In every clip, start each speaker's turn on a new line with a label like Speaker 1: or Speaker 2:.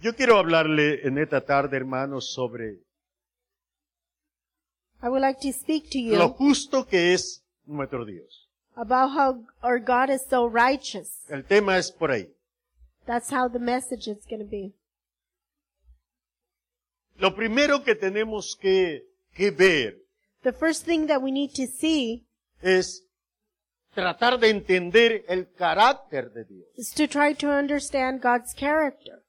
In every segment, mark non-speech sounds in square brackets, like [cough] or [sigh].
Speaker 1: Yo quiero hablarle en esta tarde, hermanos, sobre
Speaker 2: I would like to speak to
Speaker 1: lo
Speaker 2: you
Speaker 1: justo que es nuestro Dios.
Speaker 2: about how our God is so righteous.
Speaker 1: El tema es por ahí.
Speaker 2: That's how the message is going to be.
Speaker 1: Lo primero que tenemos que, que ver
Speaker 2: The first thing that we need to see
Speaker 1: es tratar de entender el carácter de Dios
Speaker 2: is to try to understand God's character.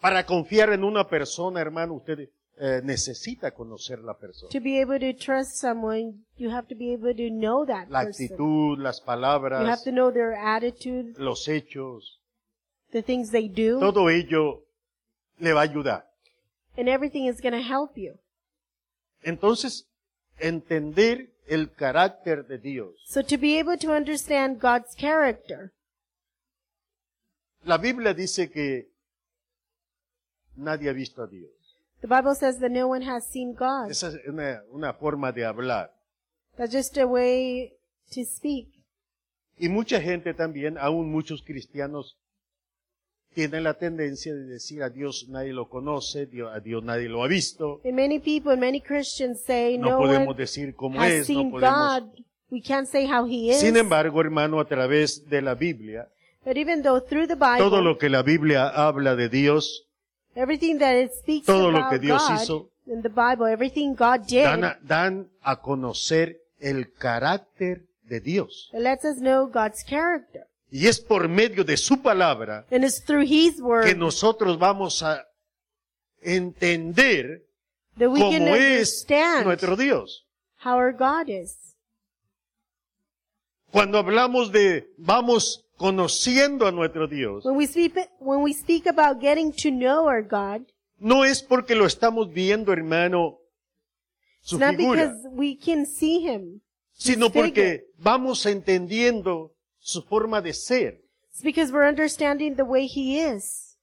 Speaker 1: para confiar en una persona, hermano, usted eh, necesita conocer la persona.
Speaker 2: To be able to trust someone, you have to be able to know that
Speaker 1: La
Speaker 2: person.
Speaker 1: actitud, las
Speaker 2: pues, You have
Speaker 1: palabras,
Speaker 2: to know their attitude,
Speaker 1: los hechos,
Speaker 2: the things they do,
Speaker 1: todo ello le va a ayudar.
Speaker 2: and everything is going to help you.
Speaker 1: Entonces, entender el carácter de Dios.
Speaker 2: So to be able to understand God's character,
Speaker 1: La Biblia dice que nadie ha visto a Dios.
Speaker 2: the Bible says that no one has seen God.
Speaker 1: Esa es una, una forma de hablar.
Speaker 2: That's just a way to speak.
Speaker 1: Y mucha gente también, aún muchos cristianos, tienen la tendencia de decir a Dios nadie lo conoce, Dios- a Dios nadie lo ha visto,
Speaker 2: And many people, many Christians say,
Speaker 1: no
Speaker 2: no
Speaker 1: podemos
Speaker 2: one
Speaker 1: decir cómo
Speaker 2: has
Speaker 1: es, no
Speaker 2: seen
Speaker 1: podemos.
Speaker 2: God. We can't say how He is.
Speaker 1: Sin embargo, hermano, a través de la Biblia,
Speaker 2: but even though through the Bible,
Speaker 1: todo lo que la Biblia habla de Dios
Speaker 2: everything that it speaks
Speaker 1: todo lo
Speaker 2: about
Speaker 1: que Dios
Speaker 2: God
Speaker 1: hizo-
Speaker 2: in the Bible, everything God did,
Speaker 1: dan a, dan a conocer el carácter de Dios.
Speaker 2: it lets us know God's character.
Speaker 1: Y es por medio de su palabra
Speaker 2: And it's through His
Speaker 1: que
Speaker 2: Word
Speaker 1: nosotros vamos a entender
Speaker 2: that we can
Speaker 1: cómo es
Speaker 2: understand
Speaker 1: nuestro Dios.
Speaker 2: how our God is.
Speaker 1: Cuando hablamos de vamos conociendo a nuestro Dios,
Speaker 2: When we speak, when we speak about getting to know our God,
Speaker 1: no es porque lo estamos viendo, hermano,
Speaker 2: it's
Speaker 1: su
Speaker 2: not
Speaker 1: figura,
Speaker 2: because we can see Him.
Speaker 1: sino porque
Speaker 2: figure.
Speaker 1: vamos entendiendo su forma de ser,
Speaker 2: It's because we're understanding the way He is,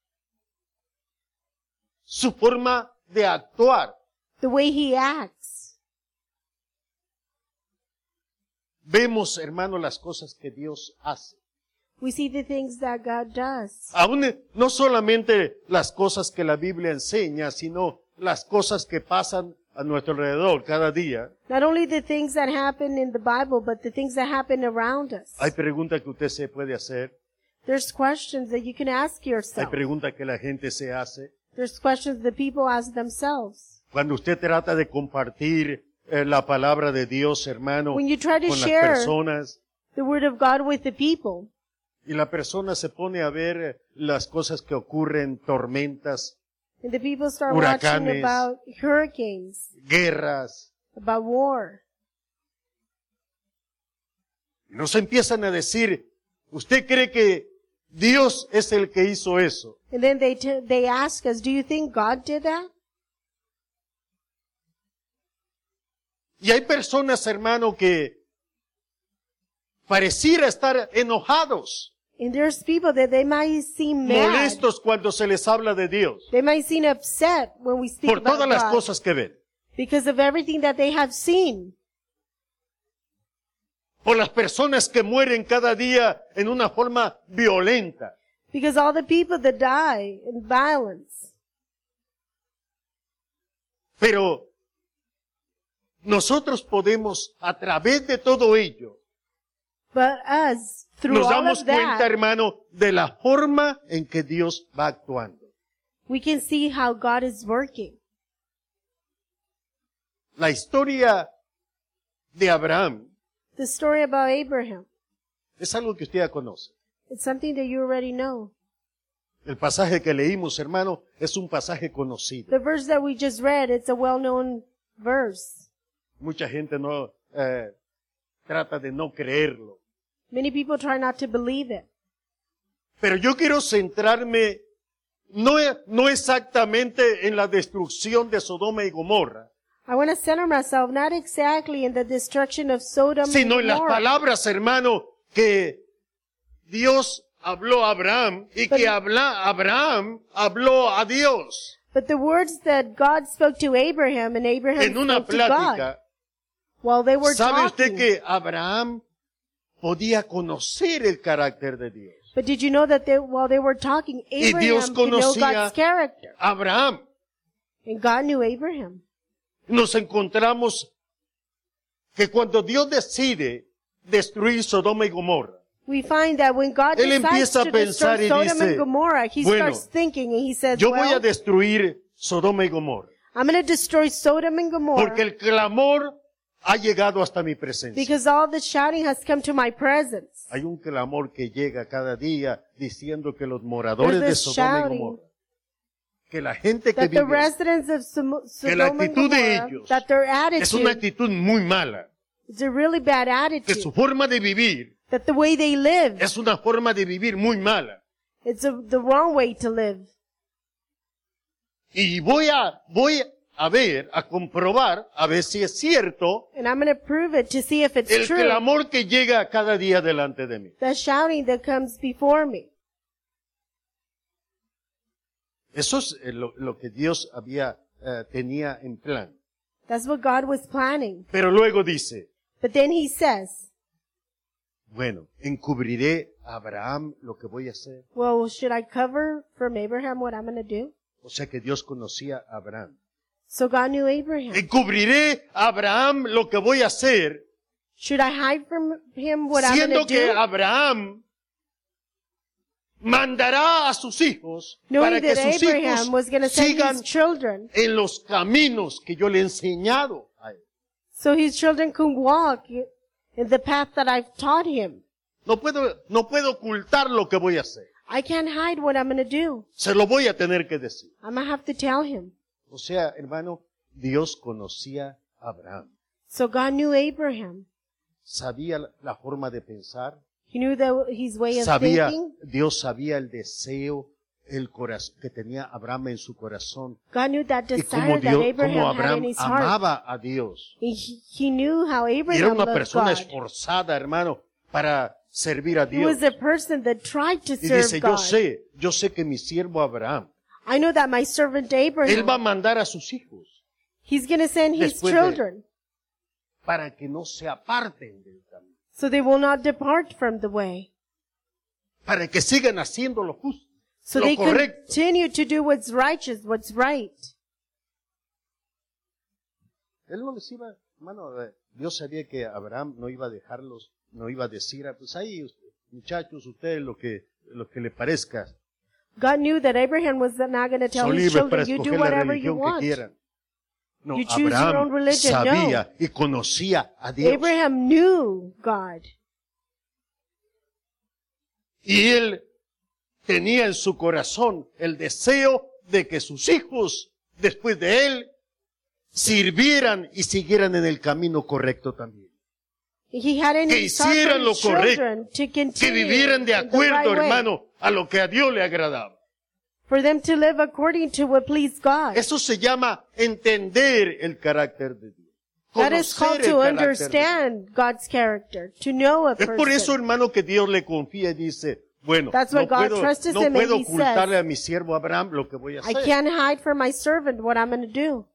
Speaker 1: su forma de actuar.
Speaker 2: the way He acts.
Speaker 1: Vemos, hermano, las cosas que Dios hace.
Speaker 2: We see the things that God does.
Speaker 1: Aún eh, no solamente las cosas que la Biblia enseña, sino las cosas que pasan a nuestro alrededor cada día.
Speaker 2: Not only the things that happen in the Bible, but the things that happen around us.
Speaker 1: Hay preguntas que usted se puede hacer,
Speaker 2: There's questions that you can ask
Speaker 1: hay
Speaker 2: yourself.
Speaker 1: preguntas que la gente se hace.
Speaker 2: There's questions that people ask themselves.
Speaker 1: Cuando usted trata de compartir eh, la palabra de Dios, hermano,
Speaker 2: When you try to
Speaker 1: con las
Speaker 2: share-
Speaker 1: personas,
Speaker 2: The Word of God with the people.
Speaker 1: y la persona se pone a ver eh, las cosas que ocurren, tormentas,
Speaker 2: And the people start
Speaker 1: Huracanes.
Speaker 2: watching about hurricanes,
Speaker 1: guerras,
Speaker 2: about war.
Speaker 1: Y Nos empiezan a decir, ¿usted cree que Dios es el que hizo eso?
Speaker 2: And then they, t- they ask us, do you think God did that?
Speaker 1: Y hay personas, hermano, que pareciera estar enojados,
Speaker 2: And there's people that they might seem mad.
Speaker 1: molestos cuando se les habla de Dios,
Speaker 2: They might seem upset when we speak
Speaker 1: por
Speaker 2: about
Speaker 1: todas las
Speaker 2: God
Speaker 1: cosas que ven,
Speaker 2: because of everything that they have seen.
Speaker 1: por las personas que mueren cada día en una forma violenta.
Speaker 2: Because all the people that die in violence.
Speaker 1: Pero nosotros podemos, a través de todo ello,
Speaker 2: But us, through
Speaker 1: nos
Speaker 2: all
Speaker 1: damos
Speaker 2: of that,
Speaker 1: cuenta, hermano, de la forma en que Dios va actuando.
Speaker 2: we can see how God is working.
Speaker 1: la historia de Abraham
Speaker 2: The story about Abraham.
Speaker 1: es algo que usted ya conoce.
Speaker 2: It's something that you already know.
Speaker 1: El pasaje que leímos, hermano, es un pasaje conocido.
Speaker 2: The verse that we just read, it's a well-known verse.
Speaker 1: Mucha gente no eh, trata de no creerlo.
Speaker 2: Many people try not to believe it.
Speaker 1: Pero yo quiero centrarme no, e- no exactamente en la destrucción de Sodoma y Gomorra,
Speaker 2: I want to center myself not exactly in the destruction of Sodom and
Speaker 1: sino en las
Speaker 2: Gomorrah,
Speaker 1: palabras, hermano, que Dios habló a Abraham y que
Speaker 2: Pero-
Speaker 1: habla, Abraham habló a Dios.
Speaker 2: but the words that God spoke to Abraham and Abraham
Speaker 1: En una
Speaker 2: spoke to God
Speaker 1: plática
Speaker 2: while they were
Speaker 1: ¿Sabe
Speaker 2: talking.
Speaker 1: usted que Abraham podía conocer el carácter de Dios?
Speaker 2: But did you know that they, while they were talking,
Speaker 1: Y
Speaker 2: Abraham
Speaker 1: Dios
Speaker 2: could know
Speaker 1: conocía-
Speaker 2: God's character.
Speaker 1: Abraham.
Speaker 2: And God knew Abraham.
Speaker 1: Nos encontramos que cuando Dios decide destruir Sodoma y Gomorra,
Speaker 2: We find that when God
Speaker 1: Él
Speaker 2: decides
Speaker 1: empieza a
Speaker 2: to
Speaker 1: pensar y
Speaker 2: destroy Sodom
Speaker 1: dice,
Speaker 2: and Gomorrah, he
Speaker 1: "Bueno,
Speaker 2: starts thinking and he says,
Speaker 1: yo voy a
Speaker 2: well,
Speaker 1: destruir Sodoma y Gomorra,
Speaker 2: I'm going to destroy Sodom and Gomorrah
Speaker 1: porque el clamor ha llegado hasta mi presencia.
Speaker 2: because all the shouting has come to my presence.
Speaker 1: Hay un clamor que llega cada día diciendo que los moradores
Speaker 2: There's
Speaker 1: de
Speaker 2: this
Speaker 1: Sodoma y
Speaker 2: shouting
Speaker 1: Gomorra, que la gente que
Speaker 2: that the
Speaker 1: vive
Speaker 2: residents of Som-
Speaker 1: que la
Speaker 2: Sodom and
Speaker 1: actitud de
Speaker 2: Gomorrah,
Speaker 1: ellos
Speaker 2: that their
Speaker 1: es una
Speaker 2: attitude
Speaker 1: actitud muy mala,
Speaker 2: is a really bad
Speaker 1: que
Speaker 2: attitude,
Speaker 1: su forma de vivir
Speaker 2: that the way they live,
Speaker 1: es una forma de vivir muy mala.
Speaker 2: it's a, the wrong way to live.
Speaker 1: Y voy a, voy a ver, a comprobar, a ver si es cierto
Speaker 2: And I'm going to prove it to see if it's
Speaker 1: el
Speaker 2: true.
Speaker 1: clamor que llega cada día delante de mí.
Speaker 2: the shouting that comes before me.
Speaker 1: Eso es eh, lo, lo que Dios había, eh, tenía en plan.
Speaker 2: That's what God was planning.
Speaker 1: Pero luego dice,
Speaker 2: But then he says,
Speaker 1: bueno, encubriré a Abraham lo que voy a hacer.
Speaker 2: well, should I cover from Abraham what I'm going to do?
Speaker 1: O sea que Dios conocía a Abraham.
Speaker 2: So God knew Abraham.
Speaker 1: Encubriré a Abraham lo que voy a hacer,
Speaker 2: Should I hide from him what I'm
Speaker 1: siendo
Speaker 2: going to
Speaker 1: que ah,
Speaker 2: do?
Speaker 1: Abraham mandará a sus hijos para
Speaker 2: Knowing
Speaker 1: que
Speaker 2: that
Speaker 1: sus
Speaker 2: Abraham was going to
Speaker 1: hijos
Speaker 2: send
Speaker 1: sigan
Speaker 2: his children
Speaker 1: en los caminos que yo le he enseñado a él.
Speaker 2: so his children could walk in the path that I've taught him.
Speaker 1: No puedo, no puedo ocultar lo que voy a hacer.
Speaker 2: I can't hide what I'm going to do.
Speaker 1: Se lo voy a tener que decir.
Speaker 2: I'm going to have to tell him.
Speaker 1: O sea, hermano, Dios conocía a Abraham.
Speaker 2: So God knew Abraham.
Speaker 1: Sabía la- la forma de pensar.
Speaker 2: He knew the, his way of
Speaker 1: Sabía,
Speaker 2: thinking.
Speaker 1: Dios sabía el deseo, el corazón que tenía Abraham en su corazón.
Speaker 2: God knew that
Speaker 1: Y
Speaker 2: desire
Speaker 1: como
Speaker 2: that
Speaker 1: Dios,
Speaker 2: Abraham,
Speaker 1: como
Speaker 2: had
Speaker 1: Abraham
Speaker 2: in his heart.
Speaker 1: amaba a Dios.
Speaker 2: He, he knew how
Speaker 1: Y
Speaker 2: Abraham
Speaker 1: era una
Speaker 2: loved
Speaker 1: persona
Speaker 2: God.
Speaker 1: esforzada, hermano, para servir a
Speaker 2: He
Speaker 1: Dios.
Speaker 2: was a person that tried to
Speaker 1: Y
Speaker 2: serve
Speaker 1: dice, yo
Speaker 2: God.
Speaker 1: sé, yo sé que mi siervo Abraham,
Speaker 2: I know that my servant
Speaker 1: él va a
Speaker 2: Abraham,
Speaker 1: mandar a sus hijos
Speaker 2: he's going to send his
Speaker 1: Después de-
Speaker 2: children
Speaker 1: para que no se aparten del camino,
Speaker 2: so they will not depart from the way.
Speaker 1: para que sigan haciendo lo justo.
Speaker 2: So
Speaker 1: Lo
Speaker 2: they
Speaker 1: correcto.
Speaker 2: continue to do what's righteous, what's right.
Speaker 1: Él no les iba, hermano, eh, Dios sabía que Abraham no iba a dejarlos, no iba a decir, ah, pues ahí, usted- muchachos, ustedes lo que, lo que le parezca,
Speaker 2: God knew that Abraham was not going to tell
Speaker 1: son
Speaker 2: his
Speaker 1: libres para
Speaker 2: children, you do
Speaker 1: escoger la
Speaker 2: whatever you
Speaker 1: religión que
Speaker 2: want.
Speaker 1: quieran. No,
Speaker 2: You choose your
Speaker 1: Abraham
Speaker 2: own religion, no.
Speaker 1: sabía y conocía a Dios.
Speaker 2: Abraham knew God.
Speaker 1: Y él tenía en su corazón el deseo de que sus hijos, después de él, sirvieran y siguieran en el camino correcto también.
Speaker 2: He had in
Speaker 1: Que
Speaker 2: his heart
Speaker 1: hicieran
Speaker 2: for
Speaker 1: lo
Speaker 2: his children
Speaker 1: correcto.
Speaker 2: to
Speaker 1: Que
Speaker 2: continue
Speaker 1: vivieran de
Speaker 2: in the right
Speaker 1: acuerdo,
Speaker 2: way.
Speaker 1: hermano, a lo que a Dios le agradaba.
Speaker 2: for them to live according to what pleased God.
Speaker 1: Eso se llama entender el carácter de Dios.
Speaker 2: That is
Speaker 1: Conocer
Speaker 2: called
Speaker 1: el
Speaker 2: to
Speaker 1: carácter de Dios.
Speaker 2: understand God's character, to know a
Speaker 1: Es por eso,
Speaker 2: person.
Speaker 1: hermano, que Dios le confía y dice, bueno,
Speaker 2: That's
Speaker 1: no
Speaker 2: what God
Speaker 1: puedo,
Speaker 2: trusts
Speaker 1: no
Speaker 2: him and
Speaker 1: puedo
Speaker 2: he
Speaker 1: ocultarle
Speaker 2: says,
Speaker 1: a mi siervo Abraham lo que voy a
Speaker 2: I
Speaker 1: hacer.
Speaker 2: can't hide from my servant what I'm going to do.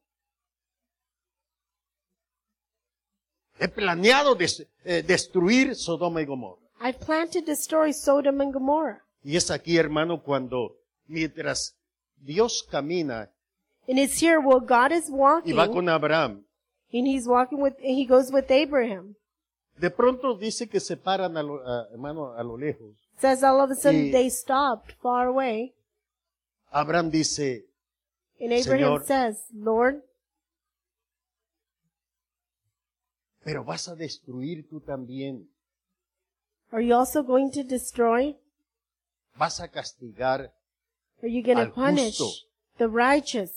Speaker 1: He planeado des- eh, destruir Sodoma y Gomorra.
Speaker 2: I plan to destroy Sodom and Gomorrah.
Speaker 1: Y es aquí, hermano, cuando mientras Dios camina
Speaker 2: And it's here where God is
Speaker 1: y
Speaker 2: walking,
Speaker 1: va con Abraham,
Speaker 2: and he's walking with, and he goes with Abraham.
Speaker 1: de pronto dice que se paran, a lo- a- hermano, a lo lejos.
Speaker 2: It says all of a sudden
Speaker 1: Y-
Speaker 2: they stopped far away,
Speaker 1: Abraham dice,
Speaker 2: and Abraham
Speaker 1: Señor.
Speaker 2: says, Lord,
Speaker 1: pero vas a destruir tú también.
Speaker 2: are you also going to destroy?
Speaker 1: Vas a castigar
Speaker 2: Are you going to
Speaker 1: Al
Speaker 2: punish
Speaker 1: justo.
Speaker 2: the righteous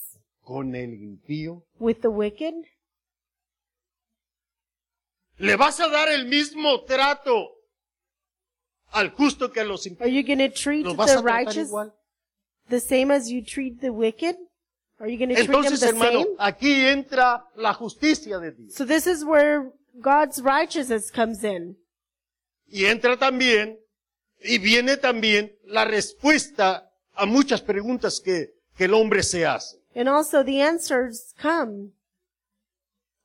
Speaker 1: con el impío.
Speaker 2: with the wicked?
Speaker 1: Le vas a dar el mismo trato al justo que a los
Speaker 2: Are
Speaker 1: impíos.
Speaker 2: you going to treat
Speaker 1: Los vas
Speaker 2: the
Speaker 1: a tratar
Speaker 2: righteous
Speaker 1: igual.
Speaker 2: the same as you treat the wicked? Are you going to treat them the
Speaker 1: Entonces, hermano,
Speaker 2: same?
Speaker 1: aquí entra la justicia de Dios.
Speaker 2: So this is where God's righteousness comes in.
Speaker 1: Y entra también, y viene también la respuesta a muchas preguntas que, que el hombre se hace.
Speaker 2: And also the answers come.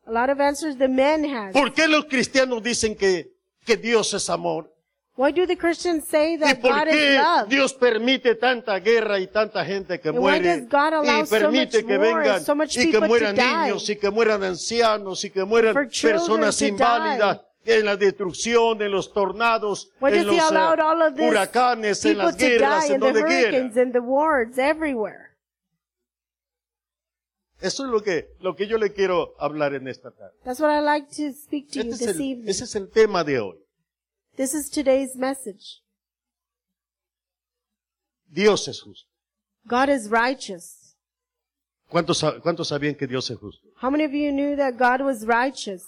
Speaker 2: A lot of answers the man has.
Speaker 1: ¿Por qué los cristianos dicen que, que Dios es amor?
Speaker 2: Why do the Christians say
Speaker 1: ¿Y
Speaker 2: that
Speaker 1: por
Speaker 2: God is
Speaker 1: qué
Speaker 2: love?
Speaker 1: Dios permite tanta guerra y tanta gente que
Speaker 2: And why
Speaker 1: muere?
Speaker 2: does God allow
Speaker 1: Y
Speaker 2: so
Speaker 1: permite
Speaker 2: much
Speaker 1: que
Speaker 2: war
Speaker 1: vengan
Speaker 2: and so much
Speaker 1: y que
Speaker 2: people to
Speaker 1: mueran
Speaker 2: die?
Speaker 1: niños y que mueran ancianos y que mueran
Speaker 2: For children
Speaker 1: personas
Speaker 2: to die?
Speaker 1: inválidas en la destrucción, en los tornados,
Speaker 2: Why
Speaker 1: en
Speaker 2: does
Speaker 1: los
Speaker 2: He allow
Speaker 1: ah,
Speaker 2: all of this
Speaker 1: huracanes, en
Speaker 2: people
Speaker 1: las
Speaker 2: to die
Speaker 1: guerras, en
Speaker 2: and the
Speaker 1: donde quiera.
Speaker 2: hurricanes and the wars everywhere?
Speaker 1: Eso es lo que, lo que yo le quiero hablar en esta tarde.
Speaker 2: That's what I like to speak to you
Speaker 1: Este es
Speaker 2: this
Speaker 1: el-
Speaker 2: evening.
Speaker 1: ese es el tema de hoy.
Speaker 2: This is today's message.
Speaker 1: Dios es justo.
Speaker 2: God is righteous.
Speaker 1: ¿Cuántos, sa- cuántos sabían que Dios es justo?
Speaker 2: How many of you knew that God was righteous?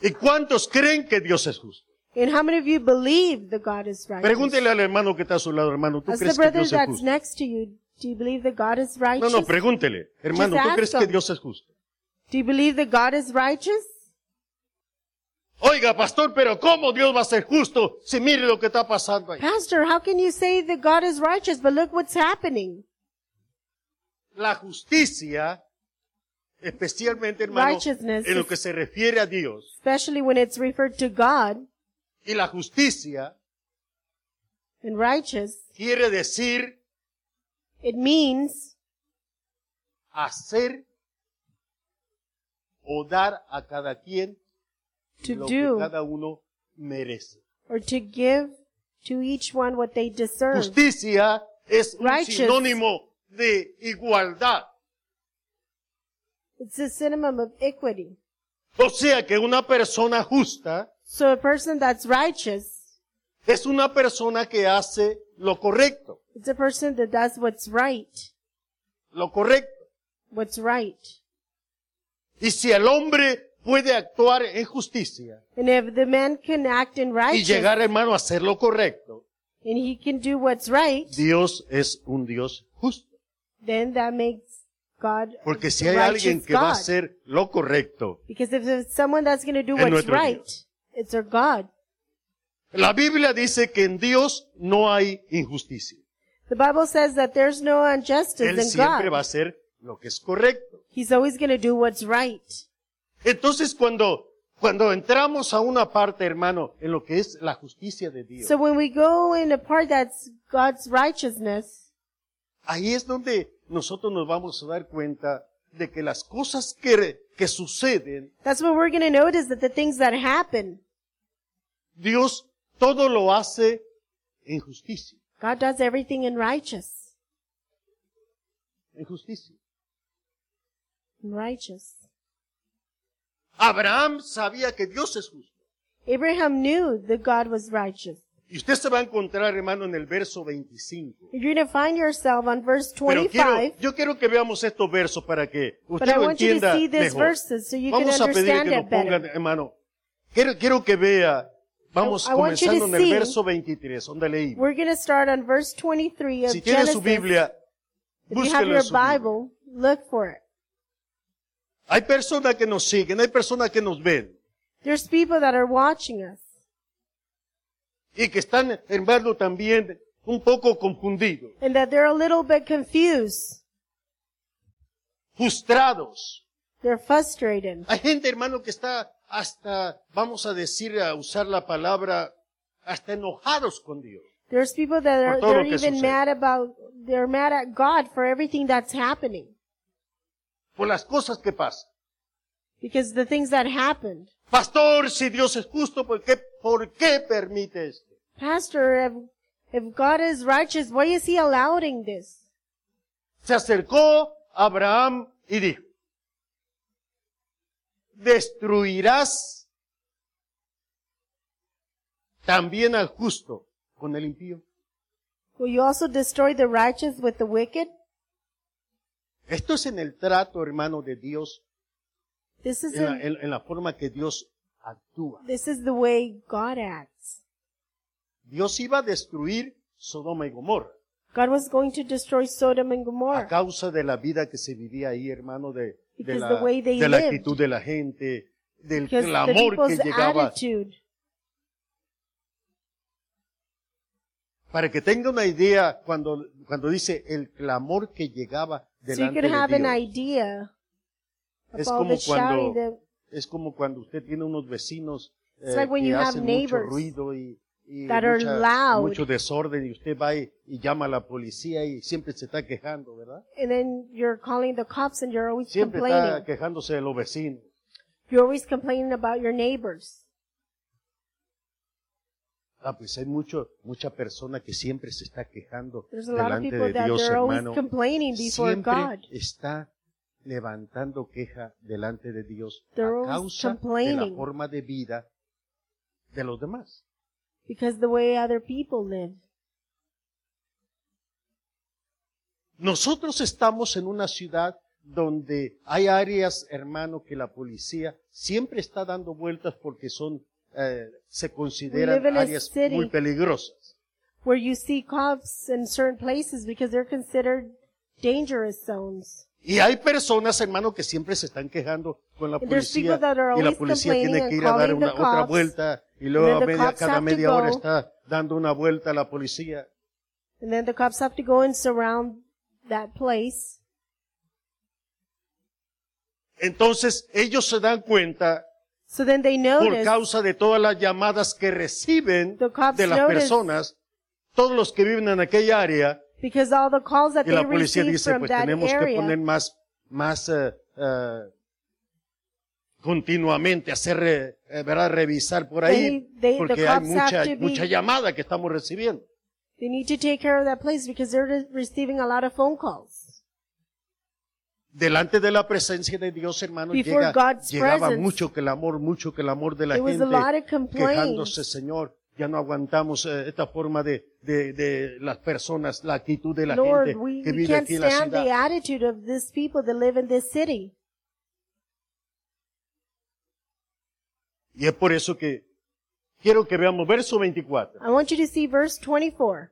Speaker 1: ¿Y cuántos creen que Dios es justo?
Speaker 2: And how many of you believe that God is righteous?
Speaker 1: Pregúntele al hermano que está a su lado, hermano, ¿tú
Speaker 2: Ask the
Speaker 1: crees que
Speaker 2: brother
Speaker 1: Dios es
Speaker 2: that's
Speaker 1: justo?
Speaker 2: next to you, do you believe that God is
Speaker 1: No,
Speaker 2: righteous?
Speaker 1: no, pregúntele, hermano,
Speaker 2: Just
Speaker 1: ¿tú
Speaker 2: ask
Speaker 1: crees que
Speaker 2: him.
Speaker 1: Dios es justo?
Speaker 2: do you believe that God is righteous?
Speaker 1: Oiga, pastor, pero ¿cómo Dios va a ser justo si mire lo que está pasando ahí?
Speaker 2: Pastor, how can you say that God is righteous? But look what's happening.
Speaker 1: La justicia, especialmente, hermano,
Speaker 2: Righteousness
Speaker 1: en lo
Speaker 2: is-
Speaker 1: que se refiere a Dios,
Speaker 2: Especially when it's referred to God
Speaker 1: y la justicia
Speaker 2: and righteous,
Speaker 1: quiere decir
Speaker 2: it means
Speaker 1: hacer o dar a cada quien
Speaker 2: to
Speaker 1: lo que
Speaker 2: do
Speaker 1: cada uno merece.
Speaker 2: or to give to each one what they deserve.
Speaker 1: Justicia es un
Speaker 2: Righteous.
Speaker 1: sinónimo de igualdad.
Speaker 2: It's a synonym of equity.
Speaker 1: O sea que una persona justa
Speaker 2: So a person that's righteous,
Speaker 1: es una persona que hace lo correcto,
Speaker 2: it's a person that does what's right.
Speaker 1: lo correcto.
Speaker 2: What's right.
Speaker 1: Y si el hombre puede actuar en justicia
Speaker 2: And if the man can act in
Speaker 1: y
Speaker 2: righteousness
Speaker 1: llegar, hermano, a hacer lo correcto,
Speaker 2: and he can do what's right,
Speaker 1: Dios es un Dios justo.
Speaker 2: then that makes God a
Speaker 1: Porque si hay
Speaker 2: righteous
Speaker 1: alguien que
Speaker 2: God.
Speaker 1: va a hacer lo correcto,
Speaker 2: Because if there's someone that's going to do
Speaker 1: Es
Speaker 2: what's
Speaker 1: nuestro
Speaker 2: right,
Speaker 1: Dios.
Speaker 2: it's our God.
Speaker 1: la Biblia dice que en Dios no hay injusticia.
Speaker 2: The Bible says that there's no injustice
Speaker 1: Él
Speaker 2: in
Speaker 1: siempre va a
Speaker 2: Este God.
Speaker 1: hacer lo que es correcto.
Speaker 2: He's always going to do what's right.
Speaker 1: Entonces cuando, cuando entramos a una parte, hermano, en lo que es la justicia de Dios,
Speaker 2: So when we go in a part that's God's righteousness,
Speaker 1: ahí es donde nosotros nos vamos a dar cuenta de que las cosas que, que suceden,
Speaker 2: that's what we're going to notice that the things that happen,
Speaker 1: Dios todo lo hace en justicia,
Speaker 2: God does everything in righteous.
Speaker 1: en justicia.
Speaker 2: In righteous.
Speaker 1: Abraham sabía que Dios es justo.
Speaker 2: Abraham knew that God was righteous.
Speaker 1: Y usted se va a encontrar, hermano, en el verso 25.
Speaker 2: You're going to find yourself on verse
Speaker 1: Pero quiero,
Speaker 2: 25.
Speaker 1: yo quiero que veamos estos versos para que
Speaker 2: But
Speaker 1: usted
Speaker 2: I
Speaker 1: lo
Speaker 2: want you to
Speaker 1: entienda
Speaker 2: see these
Speaker 1: mejor.
Speaker 2: verses so you can
Speaker 1: Vamos a pedir
Speaker 2: understand
Speaker 1: que lo
Speaker 2: it
Speaker 1: pongan,
Speaker 2: better.
Speaker 1: hermano. Quiero, quiero que vea. Vamos
Speaker 2: I- I want you to
Speaker 1: comenzando en el
Speaker 2: see-
Speaker 1: verso 23, donde leí.
Speaker 2: We're going to start on verse 23 of
Speaker 1: Si tiene
Speaker 2: Genesis.
Speaker 1: su Biblia,
Speaker 2: if you have
Speaker 1: búsquelo en
Speaker 2: your
Speaker 1: su Biblia.
Speaker 2: Bible, look for it.
Speaker 1: Hay personas que nos siguen, hay personas que nos ven
Speaker 2: There's people that are watching us.
Speaker 1: y que están, embargo, también un poco confundidos,
Speaker 2: And that they're a little bit confused.
Speaker 1: frustrados.
Speaker 2: They're frustrated.
Speaker 1: Hay gente, hermano, que está hasta, vamos a decir, a usar la palabra, hasta enojados con Dios.
Speaker 2: There's people that
Speaker 1: Por
Speaker 2: are
Speaker 1: todo lo
Speaker 2: they're
Speaker 1: que
Speaker 2: even
Speaker 1: sucede.
Speaker 2: mad about they're mad at God for everything that's happening.
Speaker 1: por las cosas que pasan.
Speaker 2: Because the things that happened.
Speaker 1: Pastor, si Dios es justo, ¿por qué, por qué permite esto?
Speaker 2: Pastor, if, if God is righteous, why is he allowing this?
Speaker 1: Se acercó Abraham y dijo, destruirás también al justo con el impío.
Speaker 2: Will you also destroy the righteous with the wicked?
Speaker 1: Esto es en el trato, hermano, de Dios,
Speaker 2: This is
Speaker 1: en la,
Speaker 2: a,
Speaker 1: en- en la forma que Dios actúa.
Speaker 2: this is the way God acts.
Speaker 1: Dios iba a destruir Sodoma y Gomorra
Speaker 2: God was going to destroy Sodom and
Speaker 1: a
Speaker 2: Gomorrah.
Speaker 1: causa de la vida que se vivía ahí, hermano, de, de
Speaker 2: Because
Speaker 1: la,
Speaker 2: the way they
Speaker 1: de la
Speaker 2: lived.
Speaker 1: actitud de la gente, del
Speaker 2: Because the
Speaker 1: clamor que
Speaker 2: people's
Speaker 1: llegaba.
Speaker 2: attitude.
Speaker 1: Para que tenga una idea, cuando, cuando dice el clamor que llegaba
Speaker 2: So you
Speaker 1: delante
Speaker 2: can have an
Speaker 1: de Dios,
Speaker 2: idea
Speaker 1: Es
Speaker 2: of all
Speaker 1: como
Speaker 2: the shouting.
Speaker 1: cuando-
Speaker 2: that-
Speaker 1: es como cuando usted tiene unos vecinos
Speaker 2: It's
Speaker 1: eh,
Speaker 2: like when
Speaker 1: que
Speaker 2: you have
Speaker 1: hacen mucho
Speaker 2: neighbors.
Speaker 1: ruido y, y
Speaker 2: That are
Speaker 1: mucha-
Speaker 2: loud.
Speaker 1: mucho desorden y usted va y, y llama a la policía y siempre se está quejando, ¿verdad?
Speaker 2: And then you're calling the cops and you're always
Speaker 1: Siempre está
Speaker 2: complaining.
Speaker 1: quejándose de los vecinos.
Speaker 2: You're always complaining about your neighbors.
Speaker 1: Ah, pues hay mucho, mucha persona que siempre se está quejando
Speaker 2: There's a lot of
Speaker 1: delante
Speaker 2: people
Speaker 1: de
Speaker 2: that
Speaker 1: Dios,
Speaker 2: they're always
Speaker 1: hermano.
Speaker 2: complaining before
Speaker 1: Siempre
Speaker 2: God.
Speaker 1: está levantando queja delante de Dios
Speaker 2: They're
Speaker 1: a
Speaker 2: always
Speaker 1: causa de la
Speaker 2: complaining.
Speaker 1: forma de vida de los demás.
Speaker 2: Because the way other people live.
Speaker 1: Nosotros estamos en una ciudad donde hay áreas, hermano, que la policía siempre está dando vueltas porque son, eh, se consideran
Speaker 2: live in a
Speaker 1: áreas
Speaker 2: city.
Speaker 1: muy peligrosas.
Speaker 2: Where you see cops in certain places because they're considered dangerous zones.
Speaker 1: Y hay personas, hermano, que siempre se están quejando con la
Speaker 2: And there's
Speaker 1: policía
Speaker 2: people that are
Speaker 1: y la
Speaker 2: always
Speaker 1: policía tiene
Speaker 2: complaining
Speaker 1: que ir
Speaker 2: and
Speaker 1: a dar
Speaker 2: calling the
Speaker 1: una otra
Speaker 2: cops.
Speaker 1: vuelta y luego
Speaker 2: And
Speaker 1: a
Speaker 2: then the
Speaker 1: media,
Speaker 2: cops
Speaker 1: cada
Speaker 2: have to
Speaker 1: media hora
Speaker 2: go.
Speaker 1: está dando una vuelta a la policía.
Speaker 2: And then the cops have to go and surround that place.
Speaker 1: Entonces ellos se dan cuenta
Speaker 2: So then they
Speaker 1: por
Speaker 2: notice
Speaker 1: causa de todas las llamadas que reciben
Speaker 2: The cops
Speaker 1: de las
Speaker 2: notice.
Speaker 1: personas, todos los que viven en aquella área,
Speaker 2: because all the calls that
Speaker 1: y
Speaker 2: they
Speaker 1: la policía
Speaker 2: receive
Speaker 1: dice,
Speaker 2: from
Speaker 1: pues
Speaker 2: that
Speaker 1: tenemos que poner
Speaker 2: area,
Speaker 1: más, más eh, eh, continuamente, hacer, eh, eh, ¿verdad? Revisar por ahí,
Speaker 2: They- they- the
Speaker 1: porque hay
Speaker 2: cops
Speaker 1: mucha,
Speaker 2: have to be-
Speaker 1: mucha llamada que estamos recibiendo.
Speaker 2: they need to take care of that place because they're re- receiving a lot of phone calls.
Speaker 1: Delante de la presencia de Dios, hermano,
Speaker 2: Before
Speaker 1: llega-
Speaker 2: God's
Speaker 1: llegaba
Speaker 2: presence,
Speaker 1: mucho que el amor, mucho que el amor de la
Speaker 2: there was a
Speaker 1: gente,
Speaker 2: lot of complaints.
Speaker 1: quejándose, Señor, ya no aguantamos eh, esta forma de, de, de las personas, la actitud de la
Speaker 2: Lord,
Speaker 1: gente
Speaker 2: we,
Speaker 1: que
Speaker 2: we
Speaker 1: vive
Speaker 2: can't
Speaker 1: aquí en la
Speaker 2: stand
Speaker 1: ciudad.
Speaker 2: the attitude of these people that live in this city.
Speaker 1: Y es por eso que quiero que veamos verso 24.
Speaker 2: I want you to see verse 24.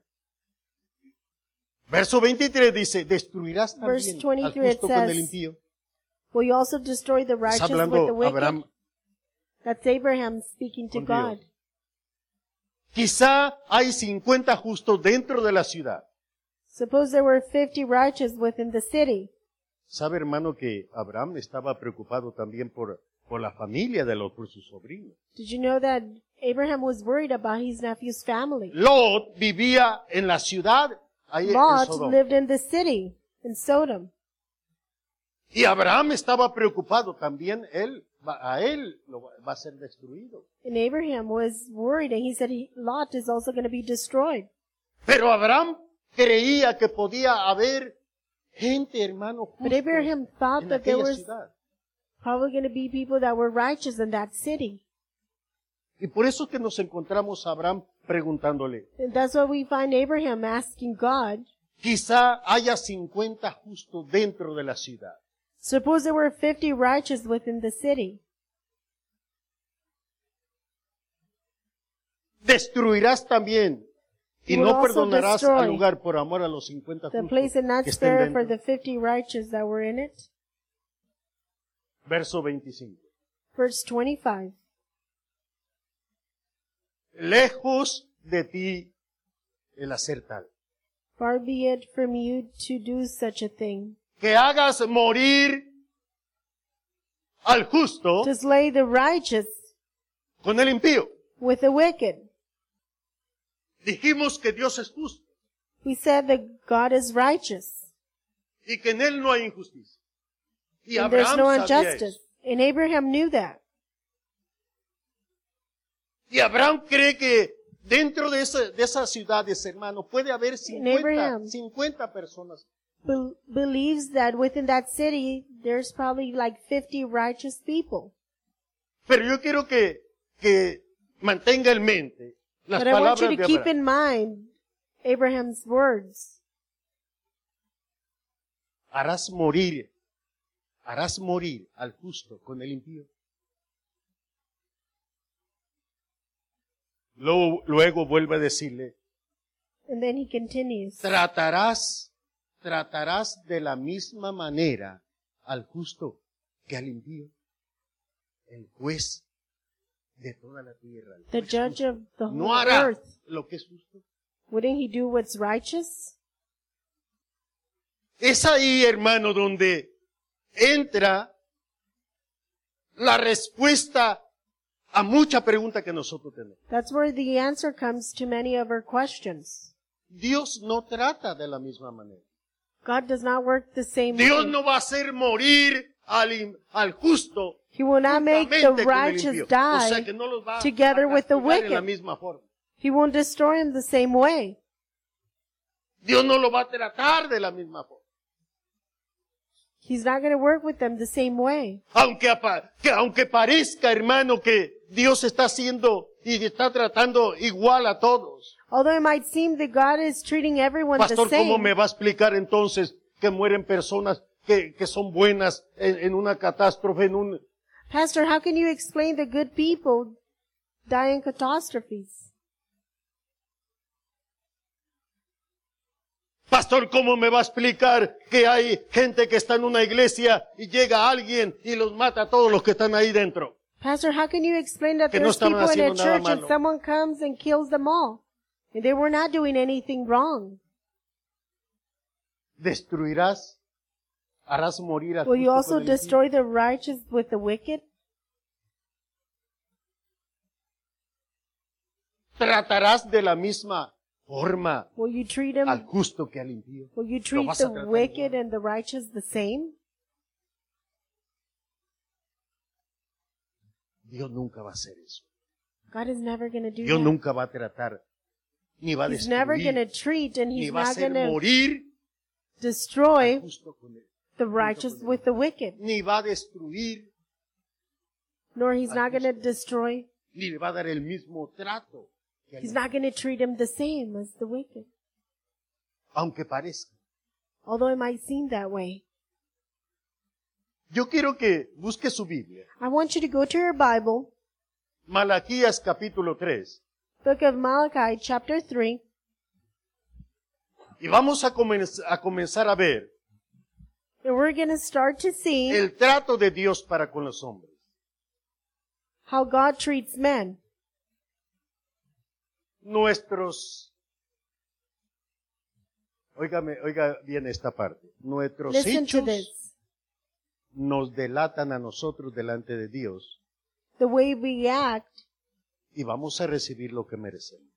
Speaker 1: Verso 23 dice, destruirás
Speaker 2: Verse
Speaker 1: también al
Speaker 2: 23
Speaker 1: justo con el
Speaker 2: says,
Speaker 1: impío.
Speaker 2: Will you also destroy the
Speaker 1: Está
Speaker 2: righteous with the
Speaker 1: hablando
Speaker 2: wicked?
Speaker 1: Abraham.
Speaker 2: That's Abraham speaking to
Speaker 1: Con Dios.
Speaker 2: God.
Speaker 1: Quizá hay 50 justos dentro de la ciudad.
Speaker 2: Suppose there were 50 righteous within the city.
Speaker 1: Sabe hermano que Abraham estaba preocupado también por, por la familia de los, por sus sobrinos.
Speaker 2: Did you know that Abraham was worried about his nephew's family?
Speaker 1: Lot vivía en la ciudad, ahí en
Speaker 2: Lot
Speaker 1: Sodoma.
Speaker 2: lived in the city, in Sodom.
Speaker 1: Y Abraham estaba preocupado también, él, va- a él lo va- va a ser destruido.
Speaker 2: And Abraham was worried and he said he, Lot is also going to be destroyed.
Speaker 1: Pero Abraham creía que podía haber gente, hermano,
Speaker 2: But
Speaker 1: justa en
Speaker 2: Abraham thought that there
Speaker 1: aquella
Speaker 2: was
Speaker 1: ciudad.
Speaker 2: probably going to be people that were righteous in that city.
Speaker 1: Y por eso es que nos encontramos a Abraham preguntándole,
Speaker 2: And that's why we find Abraham asking God,
Speaker 1: quizá haya 50 justos dentro de la ciudad.
Speaker 2: suppose there were 50 righteous within the city.
Speaker 1: Destruirás también y
Speaker 2: You will
Speaker 1: no
Speaker 2: also
Speaker 1: perdonarás
Speaker 2: destroy
Speaker 1: al lugar por amor a los 50
Speaker 2: The
Speaker 1: justos
Speaker 2: place did not
Speaker 1: que estén
Speaker 2: spare for
Speaker 1: dentro.
Speaker 2: the 50 righteous that were in it.
Speaker 1: Verso 25.
Speaker 2: Verse 25.
Speaker 1: Lejos de ti el hacer tal.
Speaker 2: Far be it from you to do such a thing,
Speaker 1: Que hagas morir al justo
Speaker 2: to slay the righteous
Speaker 1: con el impío.
Speaker 2: with the wicked.
Speaker 1: Dijimos que Dios es justo
Speaker 2: We said that God is righteous,
Speaker 1: y que en él no hay injusticia. Y
Speaker 2: and there's
Speaker 1: Abraham
Speaker 2: no
Speaker 1: sabía
Speaker 2: injustice.
Speaker 1: eso.
Speaker 2: And Abraham knew that.
Speaker 1: Y Abraham cree que dentro de, esa- de esas ciudades, hermano, puede haber 50,
Speaker 2: Abraham.
Speaker 1: 50 personas.
Speaker 2: Be- believes that within that city, there's probably like 50 righteous people.
Speaker 1: Pero yo quiero que, que mantenga en mente las
Speaker 2: But I want
Speaker 1: palabras
Speaker 2: you
Speaker 1: de
Speaker 2: to keep
Speaker 1: Abraham.
Speaker 2: in mind Abraham's words.
Speaker 1: Harás morir, harás morir al justo con el impío. Luego, luego vuelve a decirle,
Speaker 2: And then he continues.
Speaker 1: tratarás, tratarás de la misma manera al justo que al impío, el juez de toda la tierra. el
Speaker 2: The
Speaker 1: juez
Speaker 2: judge
Speaker 1: justo.
Speaker 2: of the whole
Speaker 1: no hará
Speaker 2: earth.
Speaker 1: lo que es justo.
Speaker 2: Wouldn't he do what's righteous?
Speaker 1: Es ahí, hermano, donde entra la respuesta a mucha pregunta que nosotros tenemos.
Speaker 2: That's where the answer comes to many of our questions.
Speaker 1: Dios no trata de la misma manera.
Speaker 2: God does not work the same
Speaker 1: Dios
Speaker 2: way.
Speaker 1: no va a hacer morir al, in- al justo
Speaker 2: He will not make
Speaker 1: juntamente
Speaker 2: the
Speaker 1: con el
Speaker 2: righteous
Speaker 1: impío.
Speaker 2: die.
Speaker 1: O sea que no los va a-
Speaker 2: together
Speaker 1: a
Speaker 2: with the
Speaker 1: castigar en la
Speaker 2: wicked.
Speaker 1: misma forma.
Speaker 2: He won't destroy him the same way.
Speaker 1: Dios no lo va a tratar de la misma forma.
Speaker 2: He's not going to work with them the same way.
Speaker 1: Aunque, apa- que- aunque parezca, hermano, que Dios está haciendo y está tratando igual a todos.
Speaker 2: Although it might seem that God is treating everyone the
Speaker 1: Pastor, ¿cómo
Speaker 2: same.
Speaker 1: me va a explicar entonces que mueren personas que, que son buenas en, en una catástrofe, en un...
Speaker 2: Pastor, how can you explain that good people die in catastrophes?
Speaker 1: Pastor, ¿cómo me va a explicar que hay gente que está en una iglesia y llega alguien y los mata a todos los que están ahí dentro?
Speaker 2: Pastor, how can you explain that
Speaker 1: Que no
Speaker 2: there's
Speaker 1: estaban
Speaker 2: people in a
Speaker 1: haciendo nada
Speaker 2: church and
Speaker 1: malo.
Speaker 2: someone comes and kills them all? And they were not doing anything wrong.
Speaker 1: ¿Destruirás? ¿Harás morir a
Speaker 2: Will you also Pues destroy the righteous with the wicked?
Speaker 1: ¿Tratarás de la misma forma
Speaker 2: Will you treat him?
Speaker 1: al justo que al impío?
Speaker 2: Will you treat
Speaker 1: vas a
Speaker 2: the
Speaker 1: tratar
Speaker 2: wicked
Speaker 1: igual.
Speaker 2: and the righteous the same?
Speaker 1: Dios nunca va a hacer eso.
Speaker 2: God is never going to do
Speaker 1: Dios
Speaker 2: that.
Speaker 1: nunca va a tratar, ni va a
Speaker 2: He's never going to
Speaker 1: destruir,
Speaker 2: treat and
Speaker 1: ni
Speaker 2: he's
Speaker 1: va a
Speaker 2: not
Speaker 1: hacer
Speaker 2: going to
Speaker 1: morir al
Speaker 2: destroy
Speaker 1: justo con él,
Speaker 2: the righteous with the wicked,
Speaker 1: ni va a destruir,
Speaker 2: nor he's
Speaker 1: Al
Speaker 2: not going to destroy,
Speaker 1: ni le va a dar el mismo trato, que al
Speaker 2: he's
Speaker 1: impío,
Speaker 2: not going to treat him the same as the wicked.
Speaker 1: aunque parezca.
Speaker 2: Although it might seem that way.
Speaker 1: Yo quiero que busque su Biblia.
Speaker 2: I want you to go to your Bible,
Speaker 1: Malaquías capítulo 3.
Speaker 2: book of Malachi, chapter 3,
Speaker 1: Y vamos a, comenz- a comenzar a ver
Speaker 2: and we're going to start to see
Speaker 1: el trato de Dios para con los hombres.
Speaker 2: how God treats men.
Speaker 1: Nuestros, óigame, oiga bien esta parte. Nuestros
Speaker 2: Listen to
Speaker 1: hechos
Speaker 2: this.
Speaker 1: nos delatan a nosotros delante de Dios
Speaker 2: The way we act,
Speaker 1: y vamos a recibir lo que merecemos.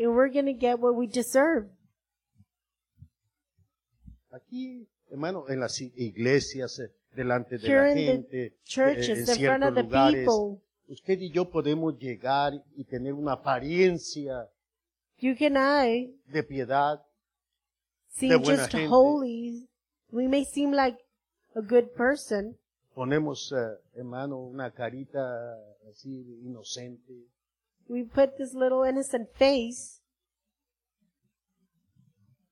Speaker 2: and we're going to get what we deserve.
Speaker 1: Aquí, hermano, en las i- iglesias, eh, delante de
Speaker 2: Here
Speaker 1: la
Speaker 2: in the
Speaker 1: gente, eh, en
Speaker 2: churches, in front
Speaker 1: ciertos
Speaker 2: of the
Speaker 1: lugares,
Speaker 2: people.
Speaker 1: usted y yo podemos llegar y tener una apariencia
Speaker 2: You and I
Speaker 1: de piedad,
Speaker 2: seem
Speaker 1: de buena
Speaker 2: just
Speaker 1: gente.
Speaker 2: holy. We may seem like a good person.
Speaker 1: ponemos, eh, hermano, una carita así inocente,
Speaker 2: We put this little innocent face.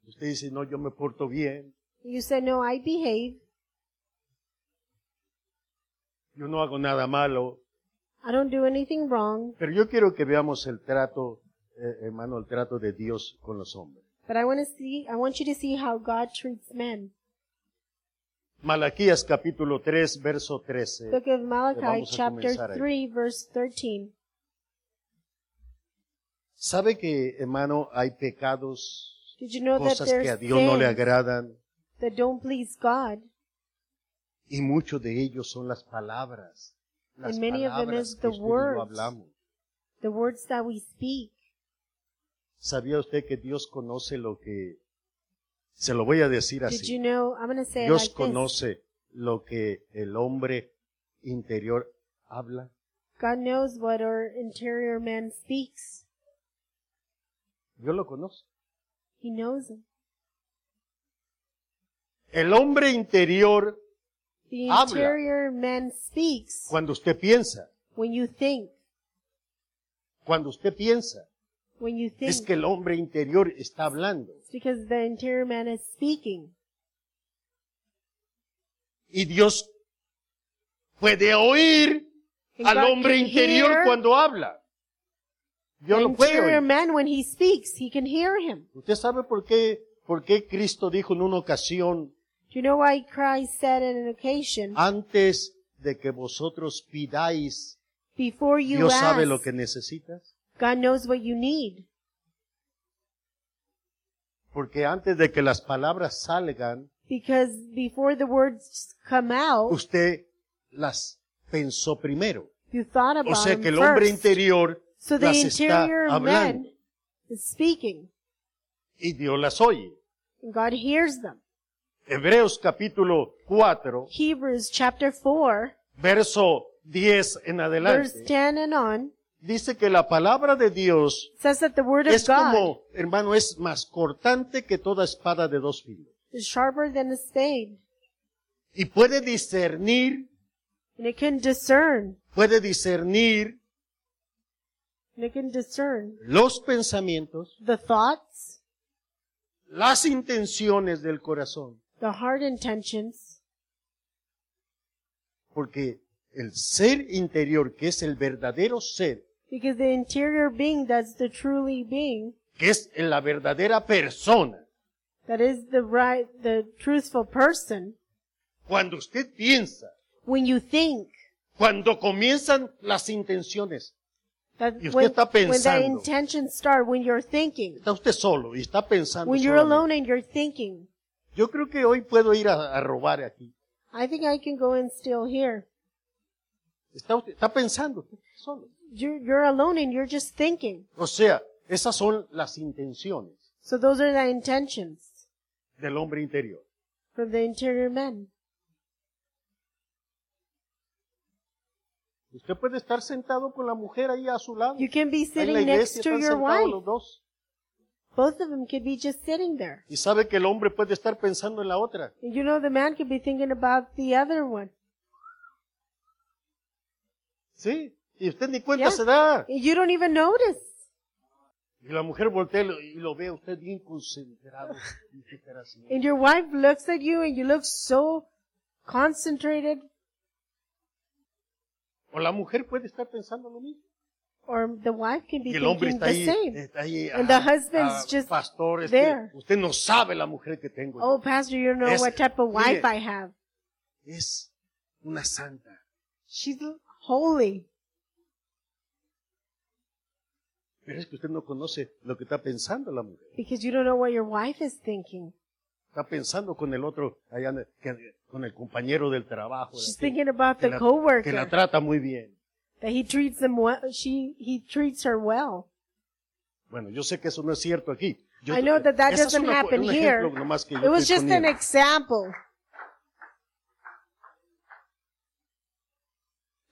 Speaker 1: usted dice, no, yo me porto bien,
Speaker 2: You say, no, I behave.
Speaker 1: yo no hago nada malo,
Speaker 2: I don't do anything wrong.
Speaker 1: pero yo quiero que veamos el trato, eh, hermano, el trato de Dios con los hombres.
Speaker 2: But I want to see, I want you to see how God treats men.
Speaker 1: Malaquías capítulo 3, verso 13.
Speaker 2: Book of Malachi,
Speaker 1: Vamos a comenzar
Speaker 2: chapter
Speaker 1: ahí.
Speaker 2: 3, verse 13.
Speaker 1: ¿Sabe que, hermano, hay pecados,
Speaker 2: Did you know that
Speaker 1: cosas que a
Speaker 2: there's
Speaker 1: Dios no le
Speaker 2: things
Speaker 1: agradan?
Speaker 2: that don't please God?
Speaker 1: Y muchos de ellos son las palabras. Las
Speaker 2: And many of them
Speaker 1: palabras
Speaker 2: is
Speaker 1: que
Speaker 2: the
Speaker 1: usted y yo
Speaker 2: words.
Speaker 1: hablamos.
Speaker 2: The words that we speak.
Speaker 1: ¿Sabía usted que Dios conoce lo que... Se lo voy a decir
Speaker 2: Did you
Speaker 1: así.
Speaker 2: know, I'm going to say it
Speaker 1: Dios
Speaker 2: like this.
Speaker 1: conoce lo que el hombre interior habla.
Speaker 2: God knows what our interior man speaks.
Speaker 1: Dios lo conoce.
Speaker 2: He knows him.
Speaker 1: El hombre interior,
Speaker 2: The
Speaker 1: Habla.
Speaker 2: interior man speaks
Speaker 1: cuando usted piensa,
Speaker 2: when you think.
Speaker 1: cuando usted piensa,
Speaker 2: When you think.
Speaker 1: es que el hombre interior está hablando.
Speaker 2: It's because the interior man is speaking.
Speaker 1: Y Dios puede oír
Speaker 2: And
Speaker 1: al
Speaker 2: God
Speaker 1: hombre
Speaker 2: can
Speaker 1: interior
Speaker 2: hear
Speaker 1: cuando habla. Yo
Speaker 2: the
Speaker 1: lo puedo oír.
Speaker 2: interior man when he speaks. He can hear him.
Speaker 1: ¿Usted sabe por qué, por qué Cristo dijo en una ocasión,
Speaker 2: Do you know why Christ said on an occasion,
Speaker 1: Ah, antes de que vosotros pidáis,
Speaker 2: before you
Speaker 1: Dios
Speaker 2: ask,
Speaker 1: sabe lo que necesitas?
Speaker 2: God knows what you need.
Speaker 1: Porque antes de que las palabras salgan,
Speaker 2: Because before the words come out,
Speaker 1: usted las pensó primero.
Speaker 2: You thought
Speaker 1: O
Speaker 2: about
Speaker 1: sea
Speaker 2: them
Speaker 1: que el hombre
Speaker 2: first.
Speaker 1: interior
Speaker 2: so the
Speaker 1: las está
Speaker 2: interior
Speaker 1: hablando
Speaker 2: man is speaking,
Speaker 1: y Dios las oye.
Speaker 2: and God hears them.
Speaker 1: Hebreos capítulo 4,
Speaker 2: Hebrews chapter 4,
Speaker 1: verso 10 en
Speaker 2: verse
Speaker 1: adelante,
Speaker 2: 10 and on,
Speaker 1: dice que la palabra de Dios
Speaker 2: says that the word of
Speaker 1: es
Speaker 2: God
Speaker 1: como, hermano, es más cortante que toda espada de dos filos.
Speaker 2: is sharper than a spade,
Speaker 1: Y puede discernir,
Speaker 2: and it can discern,
Speaker 1: puede discernir
Speaker 2: and it can discern
Speaker 1: los pensamientos,
Speaker 2: the thoughts,
Speaker 1: las intenciones del corazón,
Speaker 2: the heart intentions,
Speaker 1: porque el ser interior, que es el verdadero ser,
Speaker 2: because the interior being that's the truly being,
Speaker 1: que es la verdadera persona,
Speaker 2: that is the right, the truthful person,
Speaker 1: cuando usted piensa,
Speaker 2: when you think
Speaker 1: cuando comienzan las intenciones,
Speaker 2: that
Speaker 1: Y usted
Speaker 2: when,
Speaker 1: está
Speaker 2: when that
Speaker 1: pensando.
Speaker 2: intentions start, when you're thinking,
Speaker 1: está usted solo y está pensando.
Speaker 2: when you're
Speaker 1: solamente.
Speaker 2: alone and you're thinking,
Speaker 1: Yo creo que hoy puedo ir a, a robar aquí.
Speaker 2: I think I can go and steal here.
Speaker 1: Está, usted- está pensando usted solo.
Speaker 2: You're, you're alone and you're just thinking.
Speaker 1: O sea, esas son las intenciones
Speaker 2: So those are the intentions
Speaker 1: del hombre interior.
Speaker 2: from the interior men.
Speaker 1: Usted puede estar sentado con la mujer ahí a su lado.
Speaker 2: You can be
Speaker 1: Ahí en la
Speaker 2: sitting
Speaker 1: iglesia
Speaker 2: next to
Speaker 1: están
Speaker 2: your
Speaker 1: sentados
Speaker 2: wife.
Speaker 1: los dos.
Speaker 2: Both of them could be just sitting there.
Speaker 1: Y sabe que el hombre puede estar pensando en la otra.
Speaker 2: And you know, the man could be thinking about the other one.
Speaker 1: Sí. Y usted ni cuenta
Speaker 2: Ya.
Speaker 1: se da.
Speaker 2: You don't even notice.
Speaker 1: Y la mujer voltea y lo- y lo ve a usted bien concentrado. [laughs] y usted estará así.
Speaker 2: And your wife looks at you and you look so concentrated.
Speaker 1: O la mujer puede estar pensando lo mismo.
Speaker 2: Or the wife can be
Speaker 1: Y el hombre
Speaker 2: thinking
Speaker 1: está
Speaker 2: the
Speaker 1: ahí. eh,
Speaker 2: same.
Speaker 1: Está ahí
Speaker 2: And the husband's just
Speaker 1: pastor, es
Speaker 2: there.
Speaker 1: que usted no sabe la mujer que tengo. yo.
Speaker 2: Oh, Pastor, you don't know
Speaker 1: Es-
Speaker 2: what type of wife
Speaker 1: mire.
Speaker 2: I have.
Speaker 1: Es una santa.
Speaker 2: She's holy.
Speaker 1: Pero es que usted no conoce lo que está pensando la mujer.
Speaker 2: Because you don't know what your wife is thinking.
Speaker 1: Está pensando con el otro, allá, en el- que- con el compañero del trabajo. de
Speaker 2: She's
Speaker 1: aquel,
Speaker 2: thinking about
Speaker 1: que
Speaker 2: the
Speaker 1: la- que la
Speaker 2: coworker
Speaker 1: trata muy bien.
Speaker 2: that he treats them well. She he treats her well.
Speaker 1: Bueno, yo sé que eso no es cierto aquí. Yo-
Speaker 2: I know that that
Speaker 1: esa es
Speaker 2: doesn't
Speaker 1: una co-
Speaker 2: happen
Speaker 1: un
Speaker 2: here.
Speaker 1: ejemplo nomás que yo
Speaker 2: It was
Speaker 1: estoy
Speaker 2: just an
Speaker 1: poniendo.
Speaker 2: example.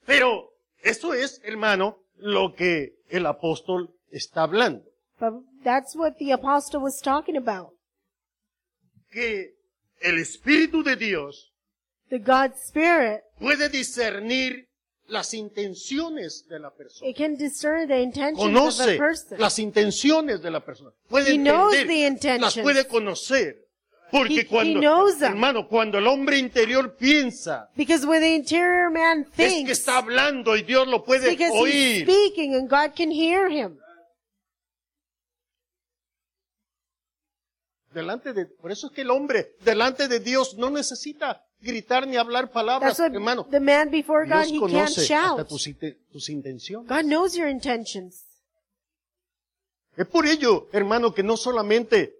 Speaker 1: Pero eso es, hermano, lo que el apóstol está hablando.
Speaker 2: But that's what the apostle was talking about.
Speaker 1: Que el Espíritu de Dios
Speaker 2: The God Spirit,
Speaker 1: puede discernir las intenciones de la persona.
Speaker 2: it can discern the intentions of a
Speaker 1: Conoce
Speaker 2: person.
Speaker 1: las intenciones de la persona. Puede
Speaker 2: He knows
Speaker 1: entender,
Speaker 2: the intentions.
Speaker 1: las puede conocer. Porque
Speaker 2: He- he
Speaker 1: cuando,
Speaker 2: knows them.
Speaker 1: hermano, cuando el hombre interior piensa,
Speaker 2: Because when the interior man
Speaker 1: es que
Speaker 2: thinks,
Speaker 1: está hablando y Dios lo puede
Speaker 2: because he's
Speaker 1: oír.
Speaker 2: speaking and God can hear him.
Speaker 1: Delante de, por eso es que el hombre delante de Dios no necesita gritar ni hablar palabras,
Speaker 2: That's what
Speaker 1: hermano.
Speaker 2: the man before God,
Speaker 1: Dios
Speaker 2: he can't
Speaker 1: conoce hasta
Speaker 2: shout.
Speaker 1: tus, inte- tus intenciones.
Speaker 2: God knows your intentions.
Speaker 1: Es por ello, hermano, que no solamente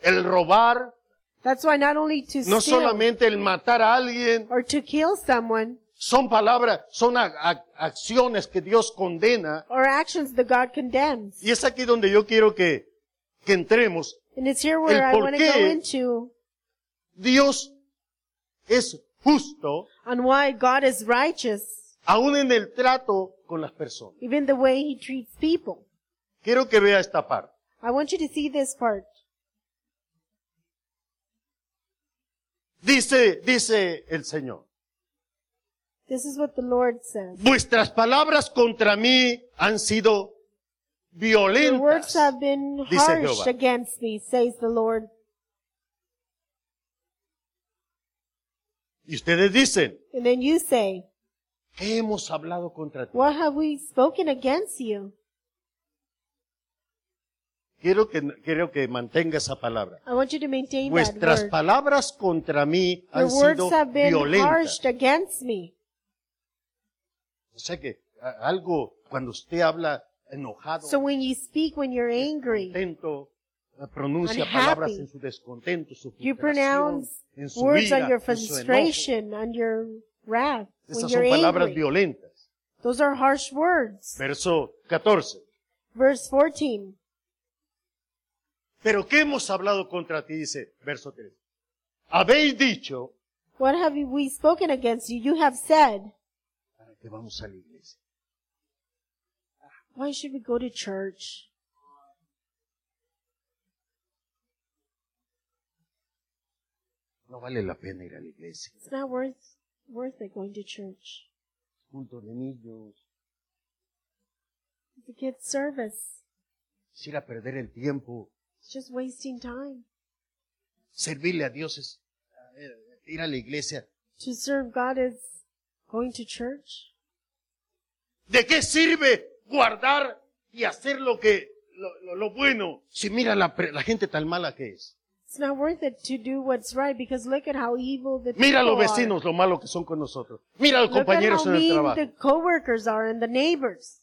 Speaker 1: el robar,
Speaker 2: That's why not only to
Speaker 1: no
Speaker 2: steal
Speaker 1: solamente el matar a alguien,
Speaker 2: or to kill someone
Speaker 1: son palabras, son a- a- acciones que Dios condena.
Speaker 2: or actions that God condemns.
Speaker 1: Y es aquí donde yo quiero que, que entremos.
Speaker 2: And it's here
Speaker 1: El
Speaker 2: where I
Speaker 1: por
Speaker 2: want to
Speaker 1: qué.
Speaker 2: go into
Speaker 1: Dios es justo
Speaker 2: on why God is righteous,
Speaker 1: aún en el trato con las personas.
Speaker 2: even the way he treats people.
Speaker 1: Quiero que vea esta parte.
Speaker 2: I want you to see this part.
Speaker 1: Dice, dice el Señor,
Speaker 2: This is what the Lord says.
Speaker 1: vuestras palabras contra mí han sido
Speaker 2: Your words
Speaker 1: violentas.
Speaker 2: have been
Speaker 1: dice
Speaker 2: harsh
Speaker 1: Jehová.
Speaker 2: against me, says the Lord.
Speaker 1: Y ustedes dicen,
Speaker 2: And then you say,
Speaker 1: ¿qué hemos hablado contra ti?
Speaker 2: What have we spoken against you?
Speaker 1: Quiero que, quiero que mantenga esa palabra.
Speaker 2: I want you to maintain that
Speaker 1: Vuestras
Speaker 2: word.
Speaker 1: palabras contra mí han
Speaker 2: Your words
Speaker 1: sido
Speaker 2: have been
Speaker 1: violentas.
Speaker 2: harsh against me.
Speaker 1: O sea que a- algo, cuando usted habla enojado,
Speaker 2: So when you speak, when you're angry,
Speaker 1: contento, eh, pronuncia
Speaker 2: Unhappy.
Speaker 1: palabras en su descontento, su
Speaker 2: you
Speaker 1: frustración,
Speaker 2: pronounce
Speaker 1: en su
Speaker 2: words
Speaker 1: ira,
Speaker 2: on your
Speaker 1: en su enojo.
Speaker 2: frustration, on your wrath, when
Speaker 1: Esas
Speaker 2: you're
Speaker 1: son palabras
Speaker 2: angry.
Speaker 1: violentas.
Speaker 2: Those are harsh words.
Speaker 1: Verso 14.
Speaker 2: Verse 14.
Speaker 1: Pero ¿qué hemos hablado contra ti? Dice verso 3. Habéis dicho,
Speaker 2: What have we spoken against you? You have said,
Speaker 1: ¿para qué vamos a la iglesia?
Speaker 2: why should we go to church?
Speaker 1: No vale la pena ir a la iglesia.
Speaker 2: It's not worth, worth it going to church.
Speaker 1: Juntos de niños,
Speaker 2: It's a good service.
Speaker 1: es ir a perder el tiempo,
Speaker 2: It's just wasting time.
Speaker 1: servirle a Dios es eh, ir a la iglesia.
Speaker 2: To serve God is going to church.
Speaker 1: ¿De qué sirve guardar y hacer lo que lo, lo- lo bueno si mira la, pre- la gente tan mala que es?
Speaker 2: It's not worth it to do what's right because look at how evil the
Speaker 1: Mira a los
Speaker 2: people
Speaker 1: vecinos lo malo que son con nosotros. Mira a
Speaker 2: are.
Speaker 1: los
Speaker 2: Look at
Speaker 1: compañeros
Speaker 2: how
Speaker 1: en el
Speaker 2: mean
Speaker 1: trabajo.
Speaker 2: the coworkers are and the neighbors.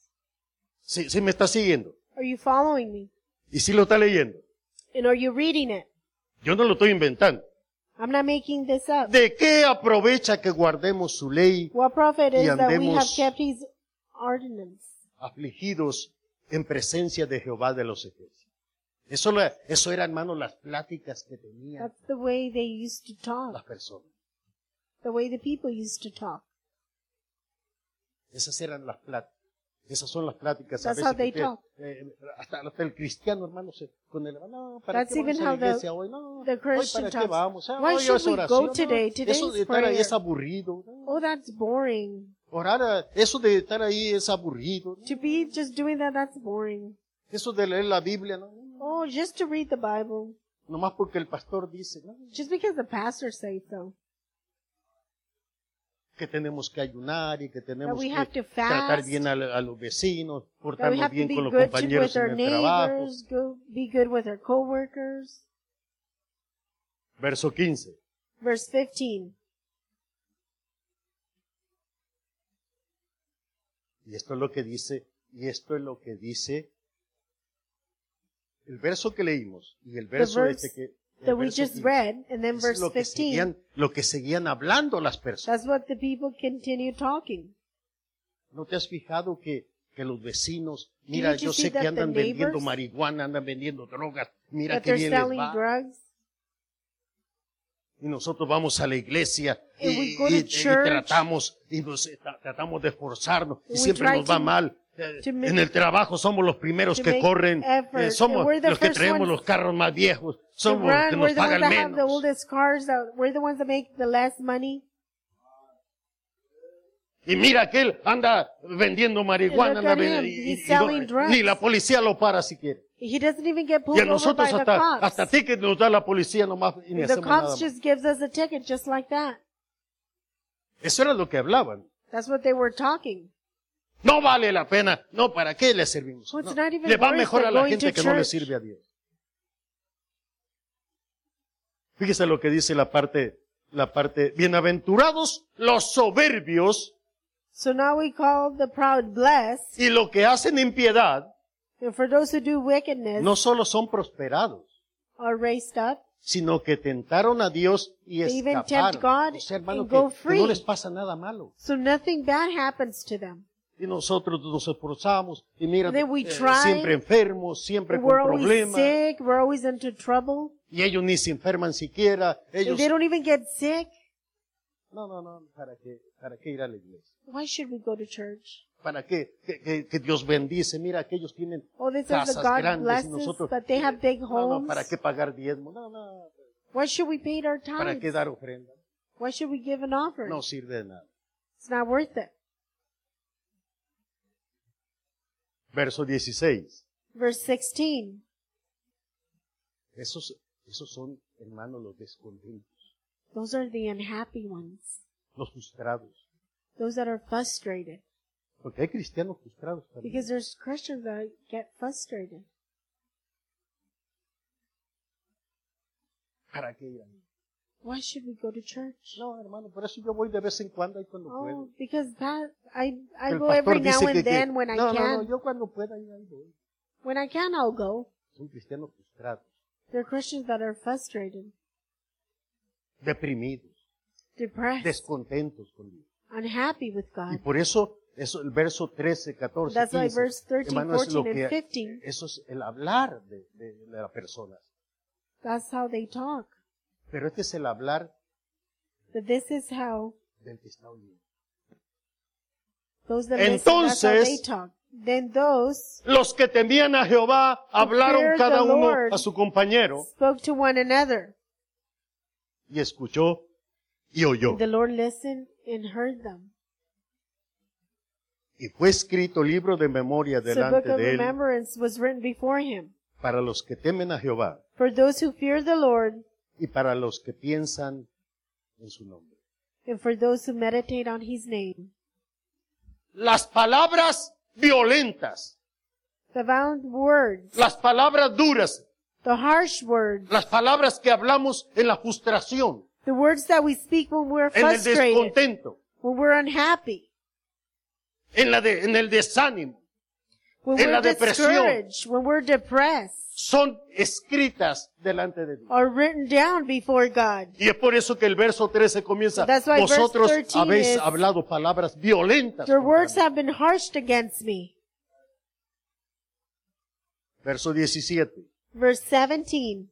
Speaker 1: Si me está siguiendo
Speaker 2: Are you following me?
Speaker 1: y si lo está leyendo.
Speaker 2: And are you reading it?
Speaker 1: Yo no lo estoy inventando.
Speaker 2: I'm not making this up.
Speaker 1: ¿De qué aprovecha que guardemos su ley
Speaker 2: What profit
Speaker 1: Y
Speaker 2: is that we have
Speaker 1: andemos-
Speaker 2: kept his ordinance?
Speaker 1: afligidos en presencia de Jehová de los ejércitos? Eso, la- eso era, hermano, las pláticas que tenían
Speaker 2: That's the way they used to
Speaker 1: las
Speaker 2: talk,
Speaker 1: personas.
Speaker 2: the way the people used to talk.
Speaker 1: Esas eran las pláticas. Esas son las pláticas. A
Speaker 2: That's
Speaker 1: veces
Speaker 2: how they
Speaker 1: que usted,
Speaker 2: talk.
Speaker 1: eh, hasta, hasta el cristiano, hermano, se, con el no, ¿para
Speaker 2: That's
Speaker 1: qué vamos
Speaker 2: even
Speaker 1: a la
Speaker 2: how the-
Speaker 1: iglesia hoy? No,
Speaker 2: the
Speaker 1: hoy
Speaker 2: Christian
Speaker 1: ¿para qué
Speaker 2: talks.
Speaker 1: vamos? Ah,
Speaker 2: Why
Speaker 1: hoy
Speaker 2: should
Speaker 1: es
Speaker 2: we go
Speaker 1: oración, no,
Speaker 2: today?
Speaker 1: eso
Speaker 2: Today's
Speaker 1: de estar ahí
Speaker 2: prayer.
Speaker 1: es aburrido. no.
Speaker 2: Oh, that's boring.
Speaker 1: Orar, a- eso de estar ahí es aburrido. no.
Speaker 2: To be just doing that, that's boring.
Speaker 1: Eso de leer la Biblia, no.
Speaker 2: Oh, just to read the Bible.
Speaker 1: Nomás porque el pastor dice, no,
Speaker 2: Just because the pastor says so.
Speaker 1: que tenemos que ayunar y que tenemos
Speaker 2: we
Speaker 1: que
Speaker 2: have to fast.
Speaker 1: tratar bien a, la- a los vecinos,
Speaker 2: That we
Speaker 1: portarnos
Speaker 2: have to
Speaker 1: bien
Speaker 2: be
Speaker 1: con los
Speaker 2: good to,
Speaker 1: compañeros
Speaker 2: with our
Speaker 1: en el trabajo.
Speaker 2: neighbors, go, be good with our coworkers.
Speaker 1: Verso 15.
Speaker 2: Verse 15.
Speaker 1: Y esto es lo que dice, y esto es lo que dice el verso que leímos y el verso
Speaker 2: verse
Speaker 1: este que el
Speaker 2: That we
Speaker 1: verso
Speaker 2: just
Speaker 1: 15,
Speaker 2: read, and then
Speaker 1: es
Speaker 2: verse
Speaker 1: lo que
Speaker 2: 15.
Speaker 1: seguían, lo que seguían hablando las personas.
Speaker 2: That's what the people continue talking.
Speaker 1: ¿No te has fijado que, que los vecinos,
Speaker 2: Didn't
Speaker 1: mira,
Speaker 2: you
Speaker 1: yo
Speaker 2: see
Speaker 1: sé
Speaker 2: that
Speaker 1: que
Speaker 2: the
Speaker 1: andan vendiendo
Speaker 2: neighbors-
Speaker 1: marihuana, andan vendiendo drogas, mira
Speaker 2: that
Speaker 1: qué
Speaker 2: they're
Speaker 1: bien les
Speaker 2: selling
Speaker 1: va.
Speaker 2: drugs.
Speaker 1: y nosotros vamos a la iglesia y,
Speaker 2: And we go to
Speaker 1: y- y
Speaker 2: church.
Speaker 1: tratamos y nos- tra- tratamos de esforzarnos y
Speaker 2: We
Speaker 1: siempre
Speaker 2: try
Speaker 1: nos va
Speaker 2: to-
Speaker 1: mal Eh,
Speaker 2: to make-
Speaker 1: en el trabajo somos los primeros
Speaker 2: to
Speaker 1: que
Speaker 2: make
Speaker 1: corren eh,
Speaker 2: effort.
Speaker 1: somos
Speaker 2: And we're the
Speaker 1: los que
Speaker 2: first
Speaker 1: traemos
Speaker 2: ones
Speaker 1: los carros más viejos
Speaker 2: To
Speaker 1: somos los que
Speaker 2: run, we're
Speaker 1: nos
Speaker 2: the ones
Speaker 1: pagan
Speaker 2: that have the
Speaker 1: menos
Speaker 2: oldest cars. That we're the ones that make the less money.
Speaker 1: y mira aquel anda vendiendo marihuana
Speaker 2: And
Speaker 1: anda
Speaker 2: look at him,
Speaker 1: ven- y- y-
Speaker 2: he's
Speaker 1: y
Speaker 2: selling
Speaker 1: no- ni
Speaker 2: drugs.
Speaker 1: la policía lo para siquiera
Speaker 2: He doesn't even get pulled
Speaker 1: y a
Speaker 2: over by
Speaker 1: nosotros
Speaker 2: the
Speaker 1: hasta
Speaker 2: cops.
Speaker 1: hasta ticket nos da la policía nomás y ni
Speaker 2: the
Speaker 1: hacemos nada
Speaker 2: cops
Speaker 1: más.
Speaker 2: just gives us a ticket just like that.
Speaker 1: eso era lo que hablaban
Speaker 2: That's what they were talking.
Speaker 1: no vale la pena no para qué le servimos
Speaker 2: Well, it's
Speaker 1: No,
Speaker 2: not even
Speaker 1: le va
Speaker 2: worth
Speaker 1: mejor
Speaker 2: it
Speaker 1: a la
Speaker 2: going
Speaker 1: gente
Speaker 2: to
Speaker 1: que no le
Speaker 2: church.
Speaker 1: sirve a Dios Fíjese lo que dice la parte, la parte, bienaventurados los soberbios
Speaker 2: So now we call the proud blessed,
Speaker 1: y lo que hacen impiedad
Speaker 2: and for those who do wickedness
Speaker 1: no solo son prosperados,
Speaker 2: are raised up.
Speaker 1: sino que tentaron a Dios y
Speaker 2: They even tempt
Speaker 1: escaparon.
Speaker 2: God
Speaker 1: O sea, hermano,
Speaker 2: and go
Speaker 1: que, que no
Speaker 2: free.
Speaker 1: les pasa nada malo.
Speaker 2: So nothing bad happens to them.
Speaker 1: Y nosotros nos esforzamos y mira,
Speaker 2: Then we
Speaker 1: eh,
Speaker 2: try.
Speaker 1: siempre enfermos, siempre con
Speaker 2: We're always
Speaker 1: problemas.
Speaker 2: sick. We're always into trouble.
Speaker 1: Y ellos ni se enferman siquiera. Ellos,
Speaker 2: They don't even get sick.
Speaker 1: no, no, no, ¿para qué, para qué ir a la iglesia?
Speaker 2: Why should we go to church?
Speaker 1: ¿Para qué? Que, que- que Dios bendice. Mira, aquellos tienen
Speaker 2: Oh, this is
Speaker 1: casas
Speaker 2: the God
Speaker 1: grandes y
Speaker 2: blesses,
Speaker 1: nosotros
Speaker 2: but they have big
Speaker 1: No, no,
Speaker 2: homes.
Speaker 1: ¿para qué pagar diezmo? No, no,
Speaker 2: Why should we pay our
Speaker 1: ¿para qué
Speaker 2: tithes?
Speaker 1: dar ofrenda?
Speaker 2: Why should we give an offering?
Speaker 1: No sirve de nada.
Speaker 2: It's not worth it.
Speaker 1: Verso 16.
Speaker 2: Verse 16.
Speaker 1: Esos, esos son, hermanos, los descontentos,
Speaker 2: Those are the unhappy ones.
Speaker 1: los frustrados.
Speaker 2: Those that are frustrated.
Speaker 1: Porque hay cristianos frustrados también.
Speaker 2: Because there's Christians that get frustrated.
Speaker 1: ¿Para qué ir a mí?
Speaker 2: Why should we go to church?
Speaker 1: No, hermano, por eso yo voy de vez en cuando y cuando
Speaker 2: Oh,
Speaker 1: puedo.
Speaker 2: because that, I, I
Speaker 1: El
Speaker 2: go
Speaker 1: pastor
Speaker 2: every now
Speaker 1: dice que- que-
Speaker 2: and then when I
Speaker 1: no,
Speaker 2: can.
Speaker 1: No, no, yo cuando pueda ir ahí voy.
Speaker 2: When I can, I'll go.
Speaker 1: Son cristianos frustrados,
Speaker 2: There are Christians that are frustrated,
Speaker 1: deprimidos,
Speaker 2: depressed,
Speaker 1: descontentos con Dios.
Speaker 2: unhappy with
Speaker 1: Y
Speaker 2: God.
Speaker 1: por eso, eso el verso 13, 14,
Speaker 2: That's why
Speaker 1: 15,
Speaker 2: verse 13,
Speaker 1: hermano, es lo
Speaker 2: 14 and
Speaker 1: que-
Speaker 2: 15.
Speaker 1: eso es el hablar de, de, de las personas.
Speaker 2: That's how they talk.
Speaker 1: Pero este es el hablar
Speaker 2: But this is how
Speaker 1: del que está oyendo.
Speaker 2: those that listen, that's how
Speaker 1: Entonces-
Speaker 2: they talk. Then those
Speaker 1: Los que temían a Jehová hablaron
Speaker 2: Fear
Speaker 1: cada
Speaker 2: the
Speaker 1: uno
Speaker 2: Lord.
Speaker 1: a su compañero
Speaker 2: spoke to one another.
Speaker 1: y escuchó y oyó.
Speaker 2: The Lord listened and heard them.
Speaker 1: Y fue escrito libro de memoria
Speaker 2: So the book
Speaker 1: delante
Speaker 2: of
Speaker 1: de él
Speaker 2: remembrance was written before him.
Speaker 1: para los que temen a Jehová
Speaker 2: For those who fear the Lord
Speaker 1: y para los que piensan en su nombre.
Speaker 2: and for those who meditate on his name.
Speaker 1: Las palabras violentas,
Speaker 2: The violent words,
Speaker 1: las palabras duras,
Speaker 2: the harsh words,
Speaker 1: las palabras que hablamos en la frustración,
Speaker 2: the words that we speak when we're
Speaker 1: en el
Speaker 2: frustrated,
Speaker 1: descontento,
Speaker 2: when we're unhappy,
Speaker 1: en, la de- en el desánimo,
Speaker 2: when
Speaker 1: En la
Speaker 2: we're
Speaker 1: depresión.
Speaker 2: discouraged, when we're depressed,
Speaker 1: son escritas delante de Dios.
Speaker 2: are written down before God.
Speaker 1: Y es por eso que el verso 13 comienza,
Speaker 2: That's why verse
Speaker 1: vosotros
Speaker 2: 13
Speaker 1: habéis
Speaker 2: is-
Speaker 1: hablado palabras violentas.
Speaker 2: Your
Speaker 1: contra
Speaker 2: words
Speaker 1: mí".
Speaker 2: have been harshed against me.
Speaker 1: Verso 17,
Speaker 2: Verse 17.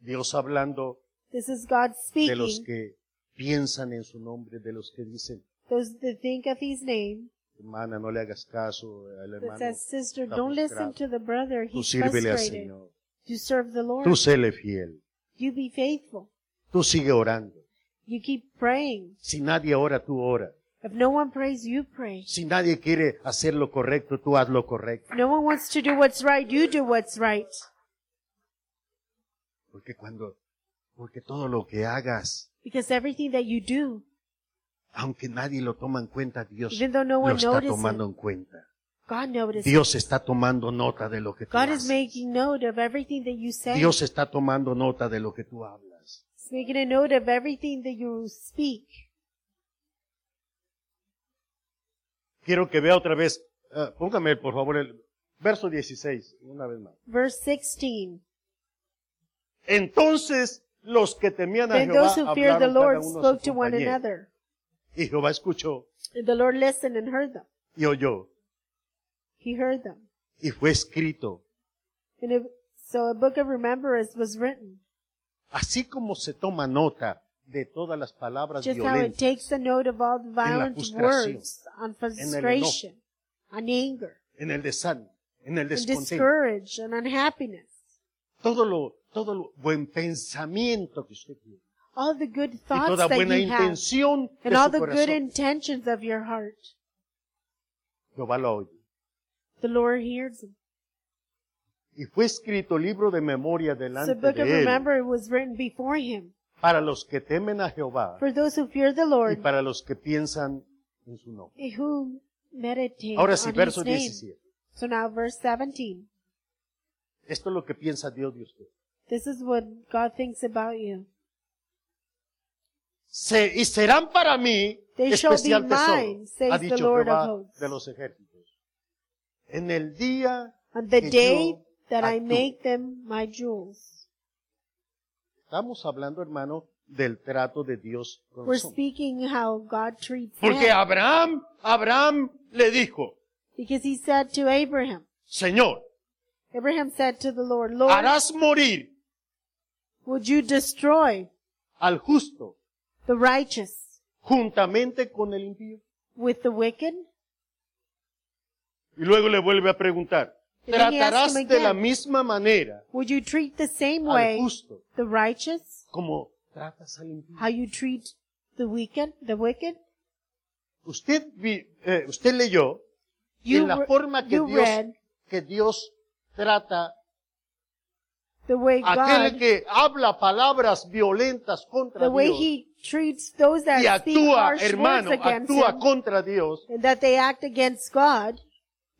Speaker 1: Dios hablando
Speaker 2: This is God
Speaker 1: de los
Speaker 2: speaking.
Speaker 1: que piensan en su nombre, de los que dicen,
Speaker 2: Those that think of his name,
Speaker 1: hermana, no le hagas caso al
Speaker 2: that
Speaker 1: hermano,
Speaker 2: says, sister,
Speaker 1: está
Speaker 2: don't listen
Speaker 1: frustrado.
Speaker 2: to the brother.
Speaker 1: tú
Speaker 2: He's
Speaker 1: sírvele al
Speaker 2: frustrated.
Speaker 1: Señor,
Speaker 2: You serve the Lord.
Speaker 1: tú séle fiel,
Speaker 2: You be faithful.
Speaker 1: tú sigue orando.
Speaker 2: You keep praying.
Speaker 1: Si nadie ora, tú ora.
Speaker 2: If no one prays, you pray.
Speaker 1: Si nadie quiere hacer lo correcto, tú haz lo correcto.
Speaker 2: If no one wants to do what's right, you do what's right.
Speaker 1: Porque cuando, porque todo lo que hagas,
Speaker 2: Because everything that you do,
Speaker 1: aunque nadie lo toma en cuenta, Dios
Speaker 2: Even though no
Speaker 1: lo
Speaker 2: one
Speaker 1: está
Speaker 2: notices.
Speaker 1: tomando en cuenta.
Speaker 2: God notices.
Speaker 1: Dios está tomando nota de lo que tú
Speaker 2: God is
Speaker 1: haces.
Speaker 2: making note of everything that you say.
Speaker 1: Dios está tomando nota de lo que tú hablas.
Speaker 2: He's making a note of everything that you speak.
Speaker 1: Quiero que vea otra vez, eh, póngame por favor el verso 16, una vez más.
Speaker 2: Verse 16.
Speaker 1: Entonces los que temían a
Speaker 2: Then
Speaker 1: Jehová
Speaker 2: those who feared the
Speaker 1: hablaron cada
Speaker 2: Lord
Speaker 1: uno a
Speaker 2: spoke
Speaker 1: su
Speaker 2: to one
Speaker 1: compañero.
Speaker 2: another.
Speaker 1: Y Jehová escuchó
Speaker 2: And the Lord listened and heard them.
Speaker 1: y oyó.
Speaker 2: He heard them.
Speaker 1: Y fue escrito,
Speaker 2: And it, so a book of remembrance was written.
Speaker 1: así como se toma nota de todas las palabras
Speaker 2: Just how it
Speaker 1: violentas,
Speaker 2: takes a note of all the violent
Speaker 1: frustración,
Speaker 2: words on frustration, on anger,
Speaker 1: en el desánimo, en el
Speaker 2: and
Speaker 1: descontento,
Speaker 2: discourage and unhappiness.
Speaker 1: todo lo, todo lo buen pensamiento que usted tiene.
Speaker 2: All the good
Speaker 1: y
Speaker 2: thoughts
Speaker 1: toda
Speaker 2: that
Speaker 1: buena
Speaker 2: you have
Speaker 1: intención de
Speaker 2: and all
Speaker 1: su
Speaker 2: the good
Speaker 1: corazón.
Speaker 2: intentions of your heart.
Speaker 1: Jehová lo oye.
Speaker 2: The Lord hears them.
Speaker 1: Y fue escrito libro de memoria
Speaker 2: So the
Speaker 1: delante
Speaker 2: book of
Speaker 1: de él
Speaker 2: remembrance was written before him
Speaker 1: para los que temen a Jehová
Speaker 2: for those who fear the
Speaker 1: y
Speaker 2: Lord
Speaker 1: para los que piensan en su nombre.
Speaker 2: and who meditate
Speaker 1: Ahora sí,
Speaker 2: on
Speaker 1: verso
Speaker 2: his name.
Speaker 1: 17.
Speaker 2: So now verse 17.
Speaker 1: Esto es lo que piensa Dios de usted.
Speaker 2: This is what God thinks about you.
Speaker 1: Se- y serán para mí
Speaker 2: They shall be
Speaker 1: especial tesoro,
Speaker 2: mine, says
Speaker 1: ha
Speaker 2: the
Speaker 1: dicho
Speaker 2: Lord of
Speaker 1: Jehová
Speaker 2: hosts.
Speaker 1: de los ejércitos. En el día,
Speaker 2: On the
Speaker 1: Que yo
Speaker 2: day that I
Speaker 1: actúe.
Speaker 2: make them my jewels.
Speaker 1: estamos hablando, hermano, del trato de Dios con
Speaker 2: We're
Speaker 1: los hombres.
Speaker 2: speaking how God treats
Speaker 1: Porque
Speaker 2: man.
Speaker 1: Abraham, Abraham le dijo,
Speaker 2: Because he said to Abraham,
Speaker 1: Señor,
Speaker 2: Abraham said to the Lord, Lord,
Speaker 1: harás morir
Speaker 2: would you destroy
Speaker 1: al justo
Speaker 2: the righteous
Speaker 1: juntamente con el impío.
Speaker 2: with the wicked?
Speaker 1: Y luego le vuelve a preguntar,
Speaker 2: Y luego le
Speaker 1: ¿tratarás
Speaker 2: ask him
Speaker 1: de la
Speaker 2: again.
Speaker 1: misma manera
Speaker 2: Would you treat the same
Speaker 1: al
Speaker 2: way
Speaker 1: justo
Speaker 2: the righteous,
Speaker 1: como tratas al impío?
Speaker 2: how you treat the wicked, the wicked?
Speaker 1: Usted, vi- eh, usted leyó
Speaker 2: You,
Speaker 1: en la
Speaker 2: re-
Speaker 1: forma que
Speaker 2: you
Speaker 1: Dios,
Speaker 2: read
Speaker 1: que Dios trata
Speaker 2: the way
Speaker 1: a
Speaker 2: God,
Speaker 1: aquel que habla palabras violentas contra
Speaker 2: the way
Speaker 1: Dios
Speaker 2: he treats those that
Speaker 1: y
Speaker 2: speak
Speaker 1: actúa,
Speaker 2: harsh
Speaker 1: hermano,
Speaker 2: words against
Speaker 1: actúa
Speaker 2: him,
Speaker 1: contra Dios
Speaker 2: and that they act against God.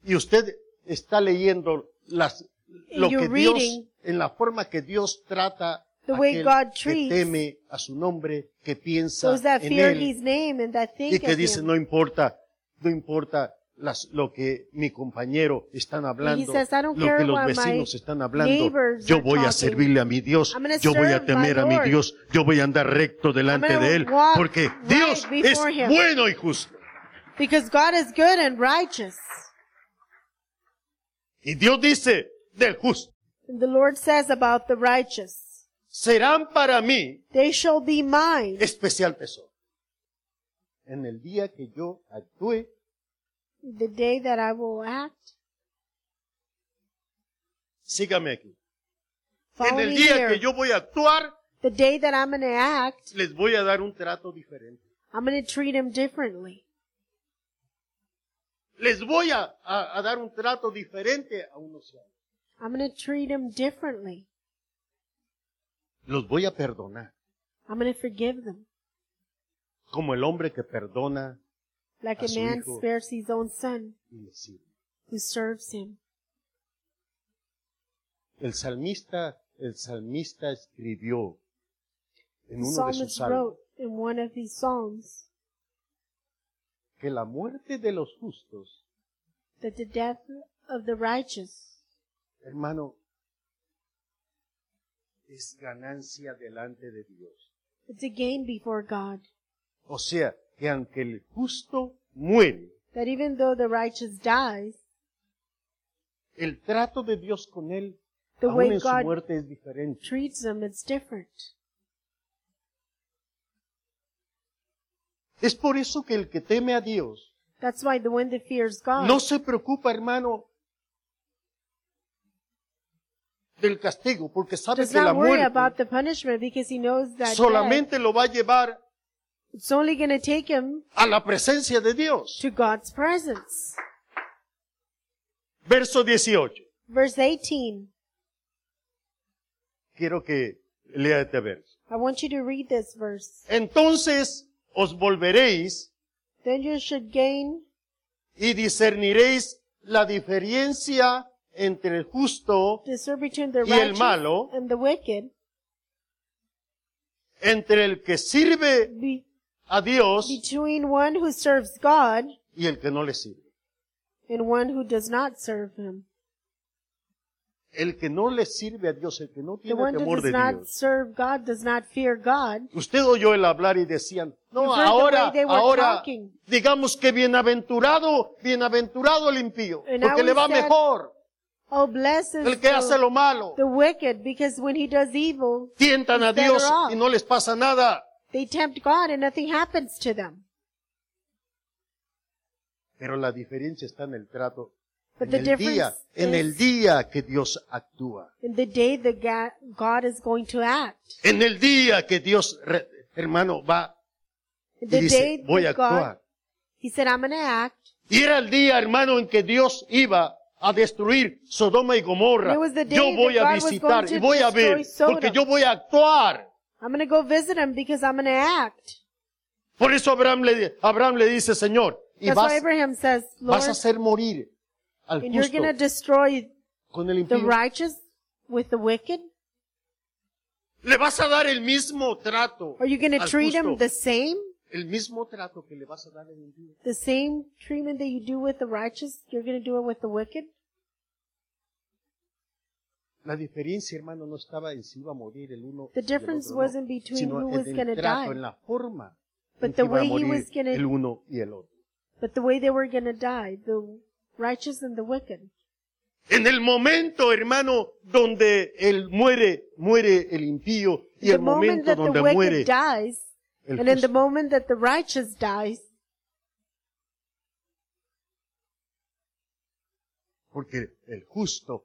Speaker 1: y usted está leyendo las lo
Speaker 2: you're
Speaker 1: que Dios
Speaker 2: reading
Speaker 1: en la forma que Dios trata
Speaker 2: the
Speaker 1: a
Speaker 2: way
Speaker 1: aquel
Speaker 2: God
Speaker 1: que
Speaker 2: treats
Speaker 1: teme a su nombre, que piensa
Speaker 2: Those that
Speaker 1: en
Speaker 2: fear
Speaker 1: él
Speaker 2: his name and that
Speaker 1: y
Speaker 2: think
Speaker 1: que
Speaker 2: of
Speaker 1: dice
Speaker 2: him.
Speaker 1: no importa, no importa las- lo que mi compañero están
Speaker 2: He
Speaker 1: hablando,
Speaker 2: says, "I don't
Speaker 1: lo
Speaker 2: care
Speaker 1: que los
Speaker 2: what my
Speaker 1: vecinos están hablando.
Speaker 2: neighbors
Speaker 1: Yo
Speaker 2: are
Speaker 1: voy a
Speaker 2: talking.
Speaker 1: servirle a mi Dios,
Speaker 2: I'm gonna
Speaker 1: yo voy a
Speaker 2: serve my
Speaker 1: temer a mi
Speaker 2: Lord.
Speaker 1: Dios, yo voy a andar recto delante
Speaker 2: gonna
Speaker 1: de Él,
Speaker 2: walk
Speaker 1: porque
Speaker 2: right
Speaker 1: Dios es
Speaker 2: before him.
Speaker 1: bueno y justo.
Speaker 2: Because God is good and righteous.
Speaker 1: Y Dios dice del justo,
Speaker 2: And the Lord says about the righteous,
Speaker 1: serán para mí
Speaker 2: they shall be mine
Speaker 1: especial tesoro. En el día que yo actúe,
Speaker 2: the day that I will act.
Speaker 1: sígame aquí. En
Speaker 2: Follow
Speaker 1: el
Speaker 2: me
Speaker 1: día que
Speaker 2: here.
Speaker 1: yo voy a actuar,
Speaker 2: The day that I'm going to act,
Speaker 1: les voy a dar un trato diferente.
Speaker 2: I'm going to treat him differently.
Speaker 1: Les voy a, a- a dar un trato diferente a unos y a otros.
Speaker 2: I'm going to treat him differently.
Speaker 1: Los voy a perdonar.
Speaker 2: I'm going to forgive them.
Speaker 1: Como el hombre que perdona
Speaker 2: Like
Speaker 1: A
Speaker 2: a
Speaker 1: su
Speaker 2: man
Speaker 1: hijo.
Speaker 2: spares his own son
Speaker 1: y le sirve.
Speaker 2: who serves him.
Speaker 1: El salmista, el salmista escribió en uno de
Speaker 2: The
Speaker 1: sus
Speaker 2: psalmist
Speaker 1: salmos
Speaker 2: wrote in one of his psalms
Speaker 1: que la muerte de los justos,
Speaker 2: that the death of the righteous
Speaker 1: hermano, es ganancia delante de Dios.
Speaker 2: is a gain before God.
Speaker 1: O sea, que aunque el justo muere,
Speaker 2: That even though the righteous dies,
Speaker 1: el trato de Dios con él,
Speaker 2: The
Speaker 1: aún
Speaker 2: way
Speaker 1: en su
Speaker 2: God
Speaker 1: muerte es diferente.
Speaker 2: treats them, it's different.
Speaker 1: Es por eso que el que teme a Dios
Speaker 2: That's why the one that fears God
Speaker 1: no se preocupa, hermano, del castigo, porque sabe
Speaker 2: does
Speaker 1: que la
Speaker 2: not worry about
Speaker 1: muerte
Speaker 2: the punishment because he knows that death,
Speaker 1: solamente lo va a llevar
Speaker 2: it's only going to take him
Speaker 1: a la presencia de Dios.
Speaker 2: to God's presence.
Speaker 1: Verso 18.
Speaker 2: Verse 18.
Speaker 1: Quiero que lea este verso.
Speaker 2: I want you to read this verse.
Speaker 1: Entonces os volveréis
Speaker 2: Then you should gain
Speaker 1: y discerniréis la diferencia entre el justo,
Speaker 2: discern between the
Speaker 1: Y el
Speaker 2: righteous
Speaker 1: malo.
Speaker 2: and the wicked,
Speaker 1: entre el que sirve
Speaker 2: be,
Speaker 1: a Dios
Speaker 2: between one who serves God
Speaker 1: y el que no le sirve.
Speaker 2: and one who does not serve Him.
Speaker 1: El que no le sirve a Dios, el que no
Speaker 2: The
Speaker 1: tiene
Speaker 2: one who
Speaker 1: temor
Speaker 2: does
Speaker 1: de
Speaker 2: not
Speaker 1: Dios.
Speaker 2: serve God does not fear God.
Speaker 1: Usted oyó el hablar y decían, no,
Speaker 2: You've heard the
Speaker 1: ahora,
Speaker 2: way they were
Speaker 1: ahora,
Speaker 2: talking.
Speaker 1: digamos que bienaventurado, bienaventurado el impío,
Speaker 2: And
Speaker 1: porque
Speaker 2: now
Speaker 1: le
Speaker 2: we
Speaker 1: va
Speaker 2: said,
Speaker 1: mejor.
Speaker 2: Oh, blessed is
Speaker 1: El que hace
Speaker 2: the,
Speaker 1: lo malo,
Speaker 2: the wicked, because when he does evil,
Speaker 1: tientan a
Speaker 2: he's better
Speaker 1: Dios
Speaker 2: off.
Speaker 1: y no les pasa nada.
Speaker 2: they tempt God and nothing happens to them.
Speaker 1: Pero la diferencia está en el trato.
Speaker 2: But
Speaker 1: En
Speaker 2: the
Speaker 1: el día,
Speaker 2: difference
Speaker 1: en
Speaker 2: is-
Speaker 1: el día que Dios actúa.
Speaker 2: In the day that ga- God is going to act.
Speaker 1: En el día que Dios, re- hermano, va
Speaker 2: In
Speaker 1: y
Speaker 2: the
Speaker 1: dice,
Speaker 2: day
Speaker 1: voy a
Speaker 2: that God,
Speaker 1: actuar.
Speaker 2: He said, I'm going to act.
Speaker 1: Y era el día, hermano, en que Dios iba a destruir Sodoma y Gomorra.
Speaker 2: It was the day
Speaker 1: Yo voy
Speaker 2: that
Speaker 1: a
Speaker 2: God was
Speaker 1: visitar
Speaker 2: going to
Speaker 1: y voy a ver,
Speaker 2: destroy Sodom.
Speaker 1: porque yo voy a actuar.
Speaker 2: I'm going to go visit him because I'm going to act.
Speaker 1: Por eso Abraham le, Abraham le dice, Señor, y
Speaker 2: That's
Speaker 1: vas,
Speaker 2: why Abraham says, Lord,
Speaker 1: vas a hacer morir al
Speaker 2: and you're
Speaker 1: justo
Speaker 2: going to destroy
Speaker 1: con el
Speaker 2: the
Speaker 1: impío.
Speaker 2: righteous with the wicked?
Speaker 1: Le vas a dar el mismo trato
Speaker 2: Are you going to
Speaker 1: al
Speaker 2: treat
Speaker 1: justo,
Speaker 2: him the same?
Speaker 1: el mismo trato que le vas a dar al impío.
Speaker 2: The same treatment that you do with the righteous, you're going to do it with the wicked?
Speaker 1: La diferencia, hermano, no estaba en si iba a morir el uno y
Speaker 2: The
Speaker 1: el
Speaker 2: difference
Speaker 1: otro no,
Speaker 2: wasn't between
Speaker 1: sino
Speaker 2: who
Speaker 1: en
Speaker 2: was
Speaker 1: el
Speaker 2: gonna
Speaker 1: trato,
Speaker 2: die.
Speaker 1: en la forma
Speaker 2: But
Speaker 1: en
Speaker 2: the
Speaker 1: que iba a
Speaker 2: way he
Speaker 1: morir
Speaker 2: was gonna-
Speaker 1: el uno y el otro.
Speaker 2: But the way they were going to die, the righteous and the wicked.
Speaker 1: En el momento, hermano, donde él muere, muere el impío y
Speaker 2: The
Speaker 1: el
Speaker 2: moment
Speaker 1: momento
Speaker 2: that the
Speaker 1: donde
Speaker 2: wicked
Speaker 1: muere
Speaker 2: dies,
Speaker 1: el
Speaker 2: and in the
Speaker 1: justo.
Speaker 2: moment that the righteous dies,
Speaker 1: Porque el justo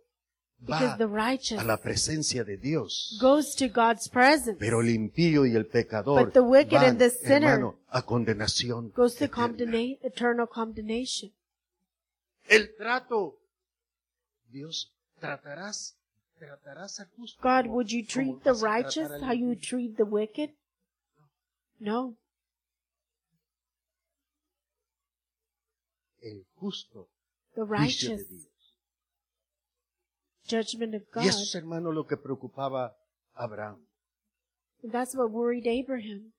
Speaker 2: because
Speaker 1: va
Speaker 2: the righteous
Speaker 1: a la presencia de Dios.
Speaker 2: goes to God's presence,
Speaker 1: Pero el impío y el pecador
Speaker 2: But the wicked
Speaker 1: van,
Speaker 2: and the sinner
Speaker 1: hermano, a condenación.
Speaker 2: goes to
Speaker 1: eterna.
Speaker 2: condena- eternal condemnation.
Speaker 1: El trato, Dios, tratarás, tratarás al justo.
Speaker 2: God,
Speaker 1: como-
Speaker 2: would you
Speaker 1: como
Speaker 2: treat the
Speaker 1: vas a tratar
Speaker 2: righteous
Speaker 1: al
Speaker 2: how you
Speaker 1: impío.
Speaker 2: treat the wicked? No.
Speaker 1: El justo,
Speaker 2: The
Speaker 1: juicio
Speaker 2: righteous
Speaker 1: de Dios.
Speaker 2: judgment of God.
Speaker 1: Y eso es, hermano, lo que preocupaba a Abraham.
Speaker 2: And That's what worried Abraham.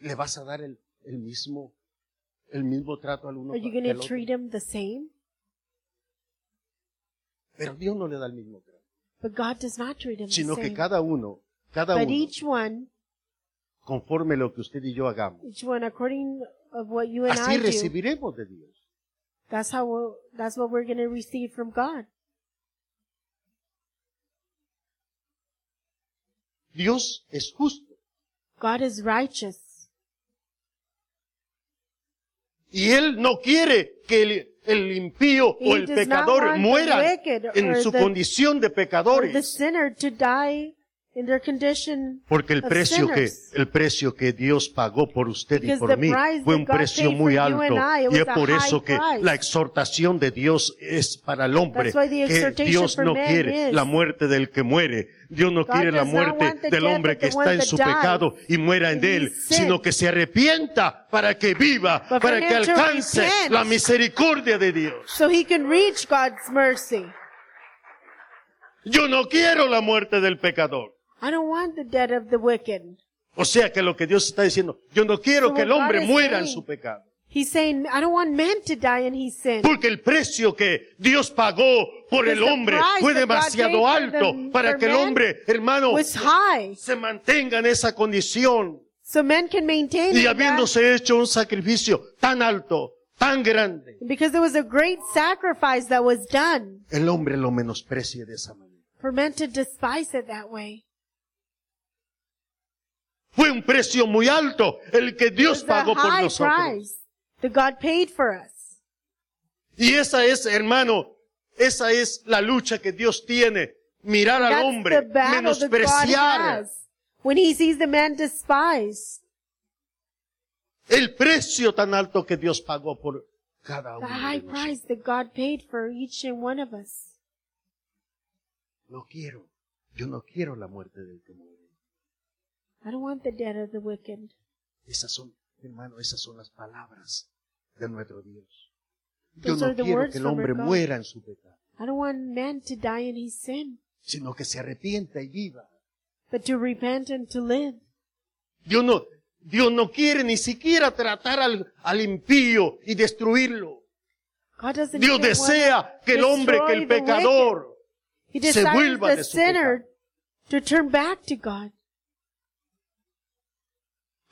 Speaker 1: le vas a dar el, el mismo el mismo trato al uno
Speaker 2: Are you
Speaker 1: que
Speaker 2: going
Speaker 1: al
Speaker 2: to
Speaker 1: otro.
Speaker 2: treat them the same?
Speaker 1: Pero Dios no le da el mismo trato,
Speaker 2: But God does not treat them
Speaker 1: sino
Speaker 2: the
Speaker 1: que
Speaker 2: same.
Speaker 1: cada uno, cada
Speaker 2: but
Speaker 1: uno,
Speaker 2: each one,
Speaker 1: conforme lo que usted y yo hagamos,
Speaker 2: each one according of what you and
Speaker 1: así
Speaker 2: I do,
Speaker 1: recibiremos de Dios.
Speaker 2: that's how we'll, that's what we're going to receive from God.
Speaker 1: Dios es justo
Speaker 2: God is righteous.
Speaker 1: y Él no quiere que el, el impío o
Speaker 2: He
Speaker 1: el
Speaker 2: does not want
Speaker 1: pecador
Speaker 2: the
Speaker 1: muera
Speaker 2: wicked
Speaker 1: en
Speaker 2: or
Speaker 1: su
Speaker 2: the-
Speaker 1: condición de
Speaker 2: For the
Speaker 1: pecadores.
Speaker 2: sinner to die in their condition
Speaker 1: Porque el
Speaker 2: of
Speaker 1: precio que
Speaker 2: sinners.
Speaker 1: el precio que Dios pagó por usted y
Speaker 2: Because
Speaker 1: por
Speaker 2: the
Speaker 1: mí
Speaker 2: price
Speaker 1: fue
Speaker 2: that
Speaker 1: un
Speaker 2: God
Speaker 1: precio
Speaker 2: paid
Speaker 1: muy
Speaker 2: for you
Speaker 1: alto
Speaker 2: and I, it
Speaker 1: y es
Speaker 2: was a
Speaker 1: por eso
Speaker 2: high
Speaker 1: que
Speaker 2: price.
Speaker 1: la exhortación de Dios es para el hombre
Speaker 2: That's why the
Speaker 1: que
Speaker 2: exhortation
Speaker 1: Dios
Speaker 2: for
Speaker 1: no
Speaker 2: man
Speaker 1: quiere
Speaker 2: is-
Speaker 1: la muerte del que muere. Dios no
Speaker 2: God
Speaker 1: quiere la
Speaker 2: does not want
Speaker 1: muerte
Speaker 2: the
Speaker 1: del
Speaker 2: death
Speaker 1: hombre
Speaker 2: of
Speaker 1: que
Speaker 2: the
Speaker 1: está
Speaker 2: one
Speaker 1: en
Speaker 2: that
Speaker 1: su
Speaker 2: dies
Speaker 1: pecado y muera en
Speaker 2: in
Speaker 1: él,
Speaker 2: sin.
Speaker 1: sino que se arrepienta para que viva,
Speaker 2: But for
Speaker 1: para que
Speaker 2: him to
Speaker 1: alcance
Speaker 2: repent.
Speaker 1: la misericordia de Dios.
Speaker 2: so he can reach God's mercy.
Speaker 1: Yo no quiero la muerte del pecador.
Speaker 2: I don't want the debt of the wicked.
Speaker 1: O sea que lo que Dios está diciendo, yo no quiero
Speaker 2: So
Speaker 1: que el
Speaker 2: what God
Speaker 1: hombre
Speaker 2: is
Speaker 1: muera en
Speaker 2: saying-
Speaker 1: su pecado.
Speaker 2: He's saying, I don't want men to die in his sin.
Speaker 1: Porque el precio que Dios pagó por
Speaker 2: Because
Speaker 1: el
Speaker 2: the
Speaker 1: hombre
Speaker 2: price
Speaker 1: fue
Speaker 2: that God
Speaker 1: demasiado
Speaker 2: paid for
Speaker 1: alto
Speaker 2: them-
Speaker 1: para
Speaker 2: for
Speaker 1: que el
Speaker 2: men
Speaker 1: hombre, hermano,
Speaker 2: was high.
Speaker 1: se mantenga en esa condición.
Speaker 2: So men can maintain
Speaker 1: Y
Speaker 2: that.
Speaker 1: habiéndose hecho un sacrificio tan alto, tan grande,
Speaker 2: because there was a great sacrifice that was done
Speaker 1: el hombre lo menosprecie de esa manera.
Speaker 2: for men to despise it that way.
Speaker 1: Fue un precio muy alto el que Dios
Speaker 2: It was
Speaker 1: pagó
Speaker 2: a
Speaker 1: por
Speaker 2: high
Speaker 1: nosotros.
Speaker 2: price that God paid for us.
Speaker 1: Y esa es, hermano, esa es la lucha que Dios tiene. Mirar al
Speaker 2: That's
Speaker 1: hombre,
Speaker 2: the battle that God
Speaker 1: menospreciar
Speaker 2: has when He sees the man despised.
Speaker 1: el precio tan alto que Dios pagó por cada
Speaker 2: The
Speaker 1: uno. de
Speaker 2: high
Speaker 1: nosotros.
Speaker 2: price that God paid for each and one of us.
Speaker 1: No quiero. Yo no quiero la muerte del que muere.
Speaker 2: I don't want the debt of the wicked.
Speaker 1: Esas son, hermano, esas son las palabras de nuestro Dios. Yo
Speaker 2: Those
Speaker 1: no
Speaker 2: are the
Speaker 1: quiero
Speaker 2: words
Speaker 1: que el
Speaker 2: from
Speaker 1: hombre
Speaker 2: our God.
Speaker 1: muera en su pecado,
Speaker 2: I don't want man to die in his sin,
Speaker 1: sino que se arrepienta y viva.
Speaker 2: but to repent and to live.
Speaker 1: Dios no, Dios no quiere ni siquiera tratar al, al impío y destruirlo.
Speaker 2: God doesn't
Speaker 1: Dios
Speaker 2: even want-
Speaker 1: desea que el hombre, que el
Speaker 2: destroy the
Speaker 1: pecador,
Speaker 2: He
Speaker 1: se
Speaker 2: desires
Speaker 1: vuelva de
Speaker 2: the
Speaker 1: su
Speaker 2: sinner to turn back to God.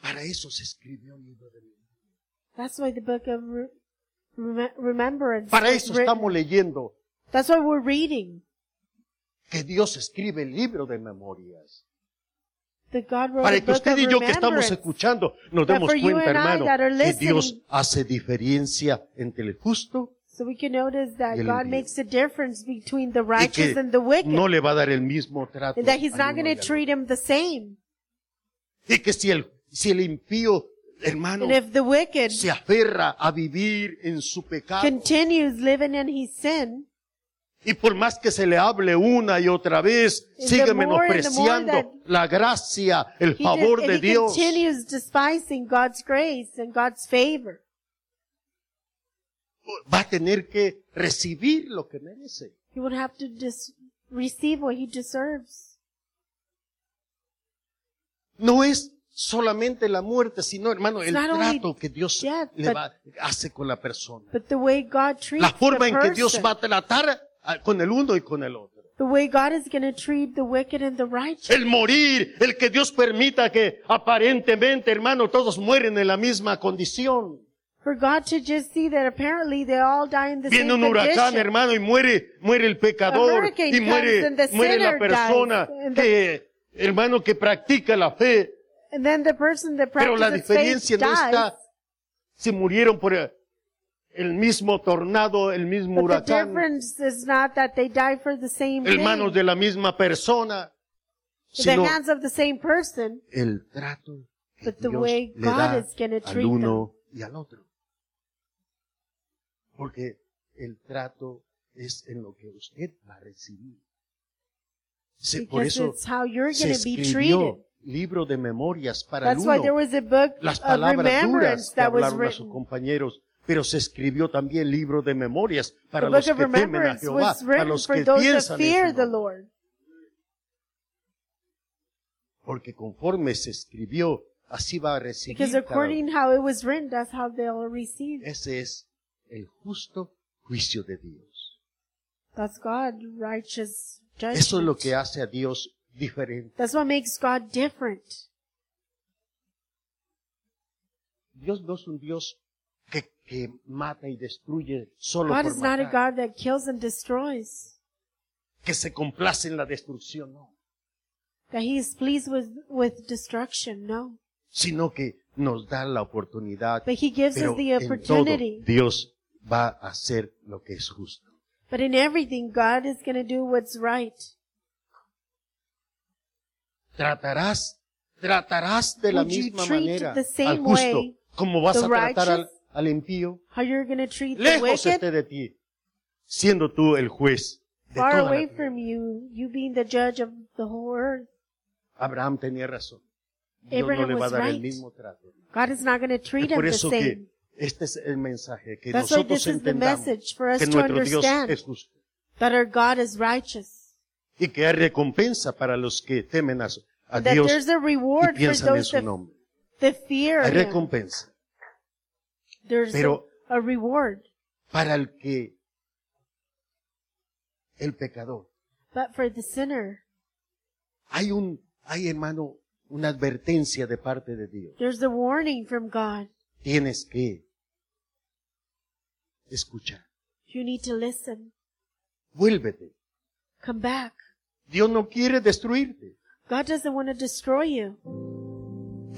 Speaker 1: para eso se escribió el libro de Dios.
Speaker 2: That's why the book of Re- Rem- Remembrance.
Speaker 1: Para
Speaker 2: was
Speaker 1: eso
Speaker 2: written.
Speaker 1: estamos leyendo
Speaker 2: That's why we're reading.
Speaker 1: que Dios escribe el libro de memorias.
Speaker 2: That God wrote
Speaker 1: para
Speaker 2: a
Speaker 1: que
Speaker 2: book
Speaker 1: usted
Speaker 2: of
Speaker 1: y yo que estamos
Speaker 2: remembrance.
Speaker 1: escuchando nos
Speaker 2: But
Speaker 1: demos
Speaker 2: for you
Speaker 1: cuenta,
Speaker 2: and I
Speaker 1: hermano,
Speaker 2: that are
Speaker 1: que
Speaker 2: listening-
Speaker 1: Dios hace diferencia entre el justo
Speaker 2: So we can notice
Speaker 1: Y
Speaker 2: that
Speaker 1: el
Speaker 2: God
Speaker 1: impío.
Speaker 2: makes a difference between
Speaker 1: y
Speaker 2: the righteous
Speaker 1: que
Speaker 2: and the wicked.
Speaker 1: no le va a dar el mismo trato.
Speaker 2: and that He's
Speaker 1: al
Speaker 2: not
Speaker 1: uno
Speaker 2: going
Speaker 1: y
Speaker 2: to
Speaker 1: al otro.
Speaker 2: treat him the same.
Speaker 1: Y que si el, si el impío, hermano,
Speaker 2: And if the wicked
Speaker 1: se aferra a vivir en su pecado
Speaker 2: continues living in his sin,
Speaker 1: y por más que se le hable una y otra vez,
Speaker 2: And
Speaker 1: sigue
Speaker 2: the more and the more
Speaker 1: menospreciando
Speaker 2: that-
Speaker 1: la gracia, el
Speaker 2: he,
Speaker 1: favor
Speaker 2: just-
Speaker 1: de
Speaker 2: and he
Speaker 1: Dios.
Speaker 2: continues despising God's grace and God's favor.
Speaker 1: Va a tener que recibir lo que merece.
Speaker 2: He would have to dis- receive what he deserves.
Speaker 1: No es solamente la muerte, sino, hermano, el
Speaker 2: It's not only
Speaker 1: trato que Dios
Speaker 2: death,
Speaker 1: le
Speaker 2: but-
Speaker 1: va- hace con la persona.
Speaker 2: But the way God treats
Speaker 1: La forma
Speaker 2: the
Speaker 1: en que Dios
Speaker 2: person,
Speaker 1: va a tratar a- con el uno y con el otro.
Speaker 2: the way God is going to treat the wicked and the righteous.
Speaker 1: El morir, el que Dios permita que aparentemente, hermano, todos mueren en la misma condición.
Speaker 2: For God to just see that apparently they all die in the
Speaker 1: Viene
Speaker 2: same
Speaker 1: un huracán,
Speaker 2: condition.
Speaker 1: hermano, y muere, muere el
Speaker 2: A
Speaker 1: pecador
Speaker 2: hurricane
Speaker 1: y
Speaker 2: comes
Speaker 1: muere,
Speaker 2: and the
Speaker 1: muere la
Speaker 2: sinner dies,
Speaker 1: persona
Speaker 2: and the-
Speaker 1: que, hermano, que practica la fe.
Speaker 2: And then the person that
Speaker 1: Pero la
Speaker 2: practices faith
Speaker 1: diferencia no
Speaker 2: dies,
Speaker 1: está si murieron por eh, el mismo tornado, el mismo
Speaker 2: but the
Speaker 1: huracán,
Speaker 2: difference is not that they die for the same
Speaker 1: hermanos
Speaker 2: thing,
Speaker 1: de la misma persona,
Speaker 2: in the
Speaker 1: sino
Speaker 2: hands of the same person,
Speaker 1: el trato que
Speaker 2: But the
Speaker 1: Dios
Speaker 2: way
Speaker 1: le
Speaker 2: God
Speaker 1: da
Speaker 2: is gonna
Speaker 1: al
Speaker 2: treat
Speaker 1: uno y al otro. Porque el trato es en lo que usted va a recibir. Se- por
Speaker 2: because
Speaker 1: eso
Speaker 2: it's how you're
Speaker 1: se
Speaker 2: going to be treated.
Speaker 1: escribió libro de memorias para el
Speaker 2: That's why
Speaker 1: uno
Speaker 2: there was a book
Speaker 1: las
Speaker 2: of
Speaker 1: palabras duras
Speaker 2: remembrance
Speaker 1: que
Speaker 2: that was
Speaker 1: hablaron a sus
Speaker 2: written.
Speaker 1: compañeros, pero se escribió también libro de memorias para
Speaker 2: The
Speaker 1: los
Speaker 2: book
Speaker 1: que
Speaker 2: of
Speaker 1: temen a
Speaker 2: remembrance
Speaker 1: Jehová,
Speaker 2: was
Speaker 1: para
Speaker 2: written
Speaker 1: los que
Speaker 2: for those that
Speaker 1: piensan
Speaker 2: fear
Speaker 1: en su
Speaker 2: the
Speaker 1: nombre.
Speaker 2: Lord.
Speaker 1: Porque conforme se escribió así va a recibir.
Speaker 2: Because
Speaker 1: cada uno.
Speaker 2: according how it was written, that's how they'll receive.
Speaker 1: Ese es el justo juicio de Dios.
Speaker 2: That's God, righteous judgment.
Speaker 1: Eso es lo que hace a Dios diferente.
Speaker 2: That's what makes God different.
Speaker 1: Dios no es un Dios que, que mata y destruye solo
Speaker 2: God
Speaker 1: por
Speaker 2: is not a
Speaker 1: matar,
Speaker 2: God that kills and destroys.
Speaker 1: que se complace en la destrucción, no,
Speaker 2: That He is pleased with, with destruction. No.
Speaker 1: sino que nos da la oportunidad.
Speaker 2: But He gives
Speaker 1: Pero
Speaker 2: us the
Speaker 1: en todo
Speaker 2: opportunity.
Speaker 1: Dios va a hacer lo que es justo.
Speaker 2: But in everything, God is going to do what's right.
Speaker 1: Tratarás, tratarás de la
Speaker 2: Would you
Speaker 1: misma
Speaker 2: treat
Speaker 1: manera
Speaker 2: the same
Speaker 1: al justo
Speaker 2: way
Speaker 1: como vas
Speaker 2: the
Speaker 1: a tratar al,
Speaker 2: righteous?
Speaker 1: al impío.
Speaker 2: How you're going to treat the
Speaker 1: Lejos
Speaker 2: wicked,
Speaker 1: esté de ti, siendo tú el juez de
Speaker 2: far
Speaker 1: toda la
Speaker 2: away
Speaker 1: tierra.
Speaker 2: from you, you being the judge of the whole earth.
Speaker 1: Abraham tenía razón. Dios
Speaker 2: Abraham
Speaker 1: no le va a
Speaker 2: was
Speaker 1: dar el
Speaker 2: right.
Speaker 1: mismo trato.
Speaker 2: God is not going to
Speaker 1: Es
Speaker 2: treat him
Speaker 1: por
Speaker 2: the
Speaker 1: eso que
Speaker 2: same.
Speaker 1: este es el mensaje que
Speaker 2: That's why
Speaker 1: nosotros
Speaker 2: this is the
Speaker 1: entendamos
Speaker 2: message for us
Speaker 1: que
Speaker 2: to
Speaker 1: nuestro Dios
Speaker 2: understand.
Speaker 1: es justo
Speaker 2: That our God is righteous.
Speaker 1: y que hay recompensa para los que temen a, a
Speaker 2: That
Speaker 1: Dios
Speaker 2: there's a
Speaker 1: y
Speaker 2: reward for
Speaker 1: piensan en
Speaker 2: those
Speaker 1: su
Speaker 2: that,
Speaker 1: nombre.
Speaker 2: that fear
Speaker 1: Hay
Speaker 2: him.
Speaker 1: recompensa
Speaker 2: There's a,
Speaker 1: Pero-
Speaker 2: a reward.
Speaker 1: para el que el pecador.
Speaker 2: But for the sinner,
Speaker 1: Hay un hay hermano una advertencia de parte de Dios.
Speaker 2: there's a warning from God.
Speaker 1: Tienes que escuchar.
Speaker 2: You need to listen.
Speaker 1: Vuélvete.
Speaker 2: Come back.
Speaker 1: Dios no quiere destruirte.
Speaker 2: God doesn't want to destroy you.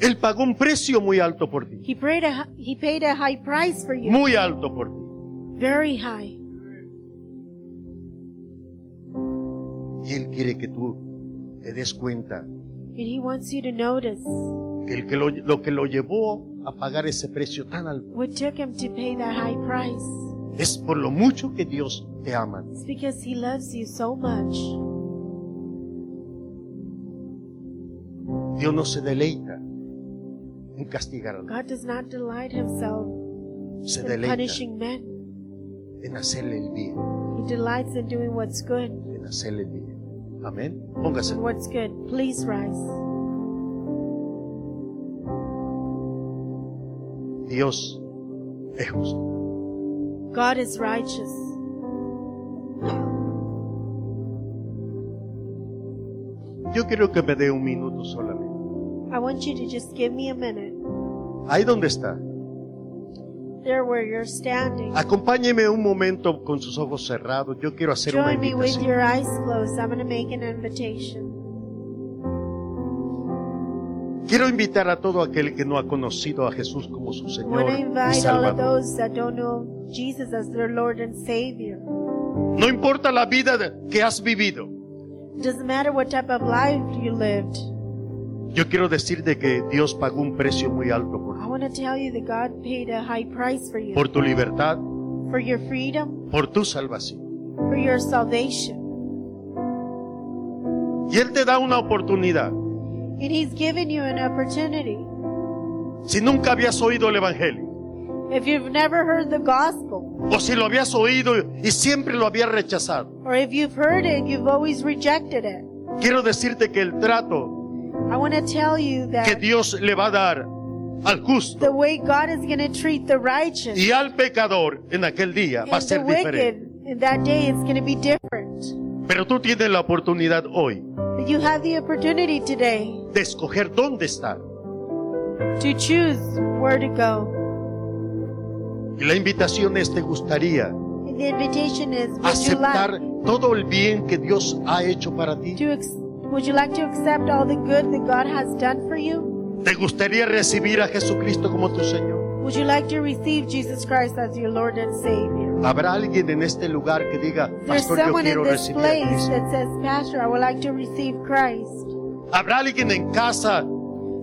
Speaker 1: Él pagó un precio muy alto por ti.
Speaker 2: He paid a, he paid a high price for you.
Speaker 1: Muy alto por ti.
Speaker 2: Very high.
Speaker 1: Y Él quiere que tú te des cuenta
Speaker 2: And he wants you to notice
Speaker 1: que, el que lo, lo que lo llevó a pagar ese precio tan alto
Speaker 2: what took him to pay that high price.
Speaker 1: es por lo mucho que Dios te ama.
Speaker 2: It's because he loves you so much.
Speaker 1: Dios no se deleita en castigar a nadie.
Speaker 2: God does not delight himself
Speaker 1: Se
Speaker 2: in
Speaker 1: deleita
Speaker 2: punishing men.
Speaker 1: en hacerle el bien.
Speaker 2: He delights in doing what's good.
Speaker 1: En hacerle el bien. Amén. Póngase.
Speaker 2: And what's good. Please rise.
Speaker 1: Dios es justo.
Speaker 2: God is righteous.
Speaker 1: Yo quiero que me dé un minuto solamente.
Speaker 2: I want you to just give me a minute.
Speaker 1: Ahí donde está.
Speaker 2: There where you're standing.
Speaker 1: Acompáñeme un momento con sus ojos cerrados. Yo quiero hacer una
Speaker 2: Join me with
Speaker 1: invitación.
Speaker 2: your eyes closed. I'm going to make an invitation.
Speaker 1: Quiero invitar a todo aquel que no ha conocido a Jesús como su
Speaker 2: I
Speaker 1: Señor
Speaker 2: want to
Speaker 1: y
Speaker 2: invite all of
Speaker 1: Salvador.
Speaker 2: those that don't know Jesus as their Lord and Savior.
Speaker 1: No importa la vida de- que has vivido.
Speaker 2: Doesn't matter what type of life you lived.
Speaker 1: Yo quiero decirte que Dios pagó un precio muy alto por
Speaker 2: I want to tell you that God paid a high price for you,
Speaker 1: por tu libertad,
Speaker 2: for your freedom,
Speaker 1: por tu salvación.
Speaker 2: for your salvation.
Speaker 1: Y Él te da una oportunidad.
Speaker 2: And He's given you an opportunity.
Speaker 1: Si nunca habías oído el Evangelio,
Speaker 2: If you've never heard the gospel,
Speaker 1: o si lo habías oído y siempre lo habías rechazado,
Speaker 2: or if you've heard it, you've always rejected it.
Speaker 1: quiero decirte que el trato
Speaker 2: I want to tell you
Speaker 1: que
Speaker 2: that
Speaker 1: Dios le va a dar al
Speaker 2: the
Speaker 1: justo
Speaker 2: way God is going to treat the righteous
Speaker 1: y al pecador en aquel día va a
Speaker 2: and the
Speaker 1: ser diferente.
Speaker 2: wicked in that day is going to be different.
Speaker 1: Pero tú tienes la oportunidad hoy
Speaker 2: But you have the opportunity today
Speaker 1: de escoger dónde estar.
Speaker 2: to choose where to go.
Speaker 1: Y la invitación es, te gustaría
Speaker 2: And the invitation is, would you like?
Speaker 1: aceptar todo el bien que Dios ha hecho para ti.
Speaker 2: to ex- would you like to accept all the good that God has done for you?
Speaker 1: ¿Te gustaría recibir a Jesucristo como tu Señor?
Speaker 2: Would you like to receive Jesus Christ as your Lord and Savior?
Speaker 1: ¿Habrá alguien en este lugar que diga,
Speaker 2: There's
Speaker 1: Pastor, yo
Speaker 2: someone in
Speaker 1: quiero
Speaker 2: this
Speaker 1: recibir a
Speaker 2: place
Speaker 1: Cristo?
Speaker 2: that says, Pastor, I would like to receive Christ.
Speaker 1: ¿Habrá alguien en casa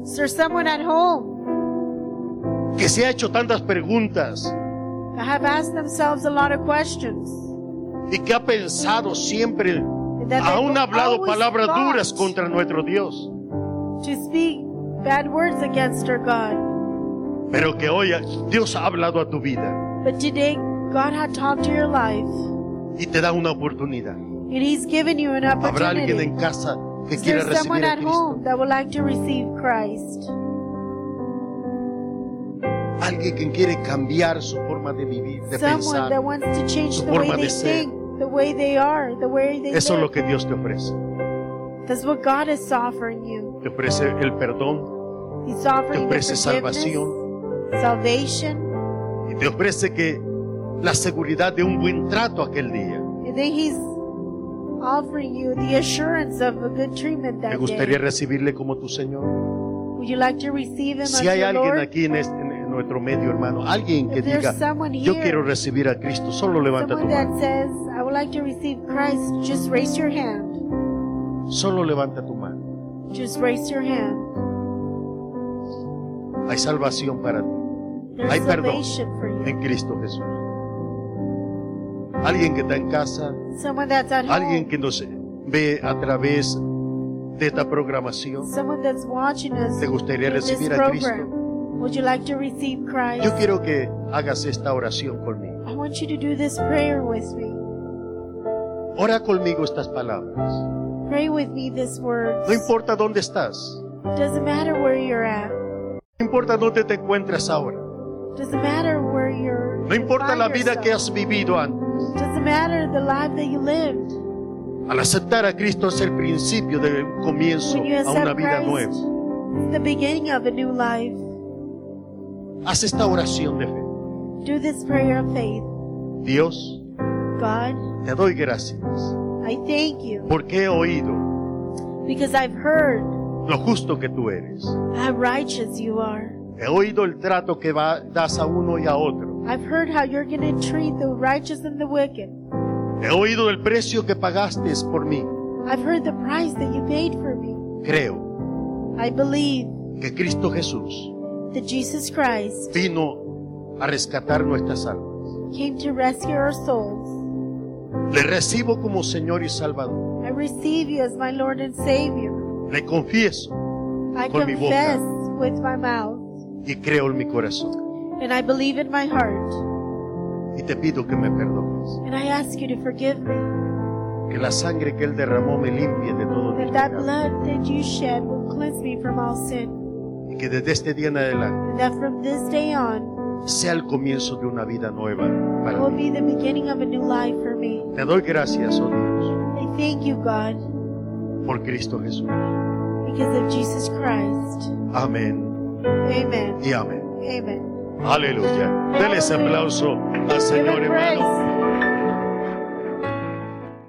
Speaker 2: Is there someone at home
Speaker 1: que se ha hecho tantas preguntas
Speaker 2: that have asked themselves a lot of questions?
Speaker 1: y que ha pensado siempre,
Speaker 2: And that they've
Speaker 1: aún ha hablado
Speaker 2: always
Speaker 1: palabras
Speaker 2: thought
Speaker 1: duras contra nuestro Dios,
Speaker 2: to speak bad words against our God.
Speaker 1: pero que hoy Dios ha hablado a tu vida
Speaker 2: But today, God had talked to your life,
Speaker 1: y te da una oportunidad.
Speaker 2: and He's given you an
Speaker 1: ¿Habrá alguien en
Speaker 2: opportunity.
Speaker 1: casa que
Speaker 2: Is
Speaker 1: quiera
Speaker 2: there
Speaker 1: recibir
Speaker 2: someone
Speaker 1: a
Speaker 2: at
Speaker 1: Cristo?
Speaker 2: home that would like to receive Christ?
Speaker 1: Alguien que quiere cambiar su forma de vivir, de
Speaker 2: Someone that
Speaker 1: pensar.
Speaker 2: wants to change
Speaker 1: su
Speaker 2: the way
Speaker 1: forma
Speaker 2: they
Speaker 1: de ser.
Speaker 2: think, the way they are, the way they
Speaker 1: Eso es lo
Speaker 2: live.
Speaker 1: que Dios te ofrece.
Speaker 2: That's what God is offering you.
Speaker 1: Te ofrece el perdón,
Speaker 2: He's
Speaker 1: te
Speaker 2: offering you
Speaker 1: ofrece
Speaker 2: forgiveness,
Speaker 1: salvación
Speaker 2: salvation,
Speaker 1: y te ofrece que la seguridad de un buen trato aquel día.
Speaker 2: and then He's offering you the assurance of a good treatment
Speaker 1: ¿Te
Speaker 2: that
Speaker 1: gustaría
Speaker 2: day.
Speaker 1: recibirle como tu Señor?
Speaker 2: Would you like to receive Him as
Speaker 1: Si hay
Speaker 2: your
Speaker 1: alguien
Speaker 2: Lord?
Speaker 1: aquí en, este- en nuestro medio, hermano, alguien que
Speaker 2: If there's
Speaker 1: diga,
Speaker 2: someone
Speaker 1: yo
Speaker 2: here,
Speaker 1: quiero recibir a Cristo, solo levanta tu
Speaker 2: someone
Speaker 1: mano.
Speaker 2: that says, "I would like to receive Christ," just raise your hand.
Speaker 1: Solo levanta tu mano.
Speaker 2: Just raise your hand.
Speaker 1: Hay salvación para ti
Speaker 2: There's
Speaker 1: Hay perdón.
Speaker 2: salvation for you.
Speaker 1: en Cristo Jesús. Alguien que está en casa,
Speaker 2: Someone that's at
Speaker 1: alguien
Speaker 2: home.
Speaker 1: que nos ve a través de esta programación.
Speaker 2: Someone that's watching us.
Speaker 1: ¿Te gustaría
Speaker 2: in this
Speaker 1: recibir a
Speaker 2: program.
Speaker 1: Cristo?
Speaker 2: Would you like to receive Christ?
Speaker 1: Yo quiero que hagas esta oración conmigo.
Speaker 2: I want you to do this prayer with me.
Speaker 1: Ora conmigo estas palabras.
Speaker 2: Pray with me this word.
Speaker 1: No importa dónde estás,
Speaker 2: Doesn't matter where you're at.
Speaker 1: no importa dónde te encuentras ahora,
Speaker 2: Doesn't matter where you're.
Speaker 1: no importa la
Speaker 2: find
Speaker 1: vida que
Speaker 2: yourself.
Speaker 1: has vivido antes.
Speaker 2: Doesn't matter the life that you lived.
Speaker 1: Al aceptar a Cristo es el principio de un comienzo
Speaker 2: When you
Speaker 1: a una
Speaker 2: accept
Speaker 1: vida
Speaker 2: Christ,
Speaker 1: nueva.
Speaker 2: it's the beginning of a new life.
Speaker 1: Haz esta oración de fe.
Speaker 2: Do this prayer of faith.
Speaker 1: Dios,
Speaker 2: God,
Speaker 1: te doy gracias
Speaker 2: I thank you
Speaker 1: porque he oído
Speaker 2: because I've heard
Speaker 1: lo justo que tú eres.
Speaker 2: how righteous you are.
Speaker 1: He oído el trato que va- das a uno y a otro.
Speaker 2: I've heard how you're going to treat the righteous and the wicked.
Speaker 1: He oído el precio que pagaste por mí.
Speaker 2: I've heard the price that you paid for me.
Speaker 1: Creo
Speaker 2: I believe
Speaker 1: que Cristo Jesús
Speaker 2: that Jesus Christ
Speaker 1: vino a rescatar nuestras almas.
Speaker 2: came to rescue our souls.
Speaker 1: Le recibo como Señor y Salvador.
Speaker 2: I receive you as my Lord and Savior.
Speaker 1: Le confieso
Speaker 2: I
Speaker 1: Con mi boca.
Speaker 2: confess with my mouth
Speaker 1: y creo en mi corazón.
Speaker 2: and I believe in my heart.
Speaker 1: Y te pido que me perdones.
Speaker 2: And I ask you to forgive me.
Speaker 1: Que la sangre que Él derramó me limpie de todo mi
Speaker 2: That that
Speaker 1: pecado.
Speaker 2: blood that you shed will cleanse me from all sin.
Speaker 1: Y que desde este día en adelante
Speaker 2: And that from this day on
Speaker 1: sea el comienzo de una vida nueva para
Speaker 2: will
Speaker 1: mí.
Speaker 2: be the beginning of a new life for me.
Speaker 1: Te doy gracias, oh Dios,
Speaker 2: I thank you, God,
Speaker 1: por Cristo Jesús.
Speaker 2: because of Jesus Christ.
Speaker 1: Amén
Speaker 2: Amen.
Speaker 1: y amén.
Speaker 2: Amen.
Speaker 1: Aleluya. Dele ese aplauso al Señor,
Speaker 2: Give him praise.
Speaker 1: hermano.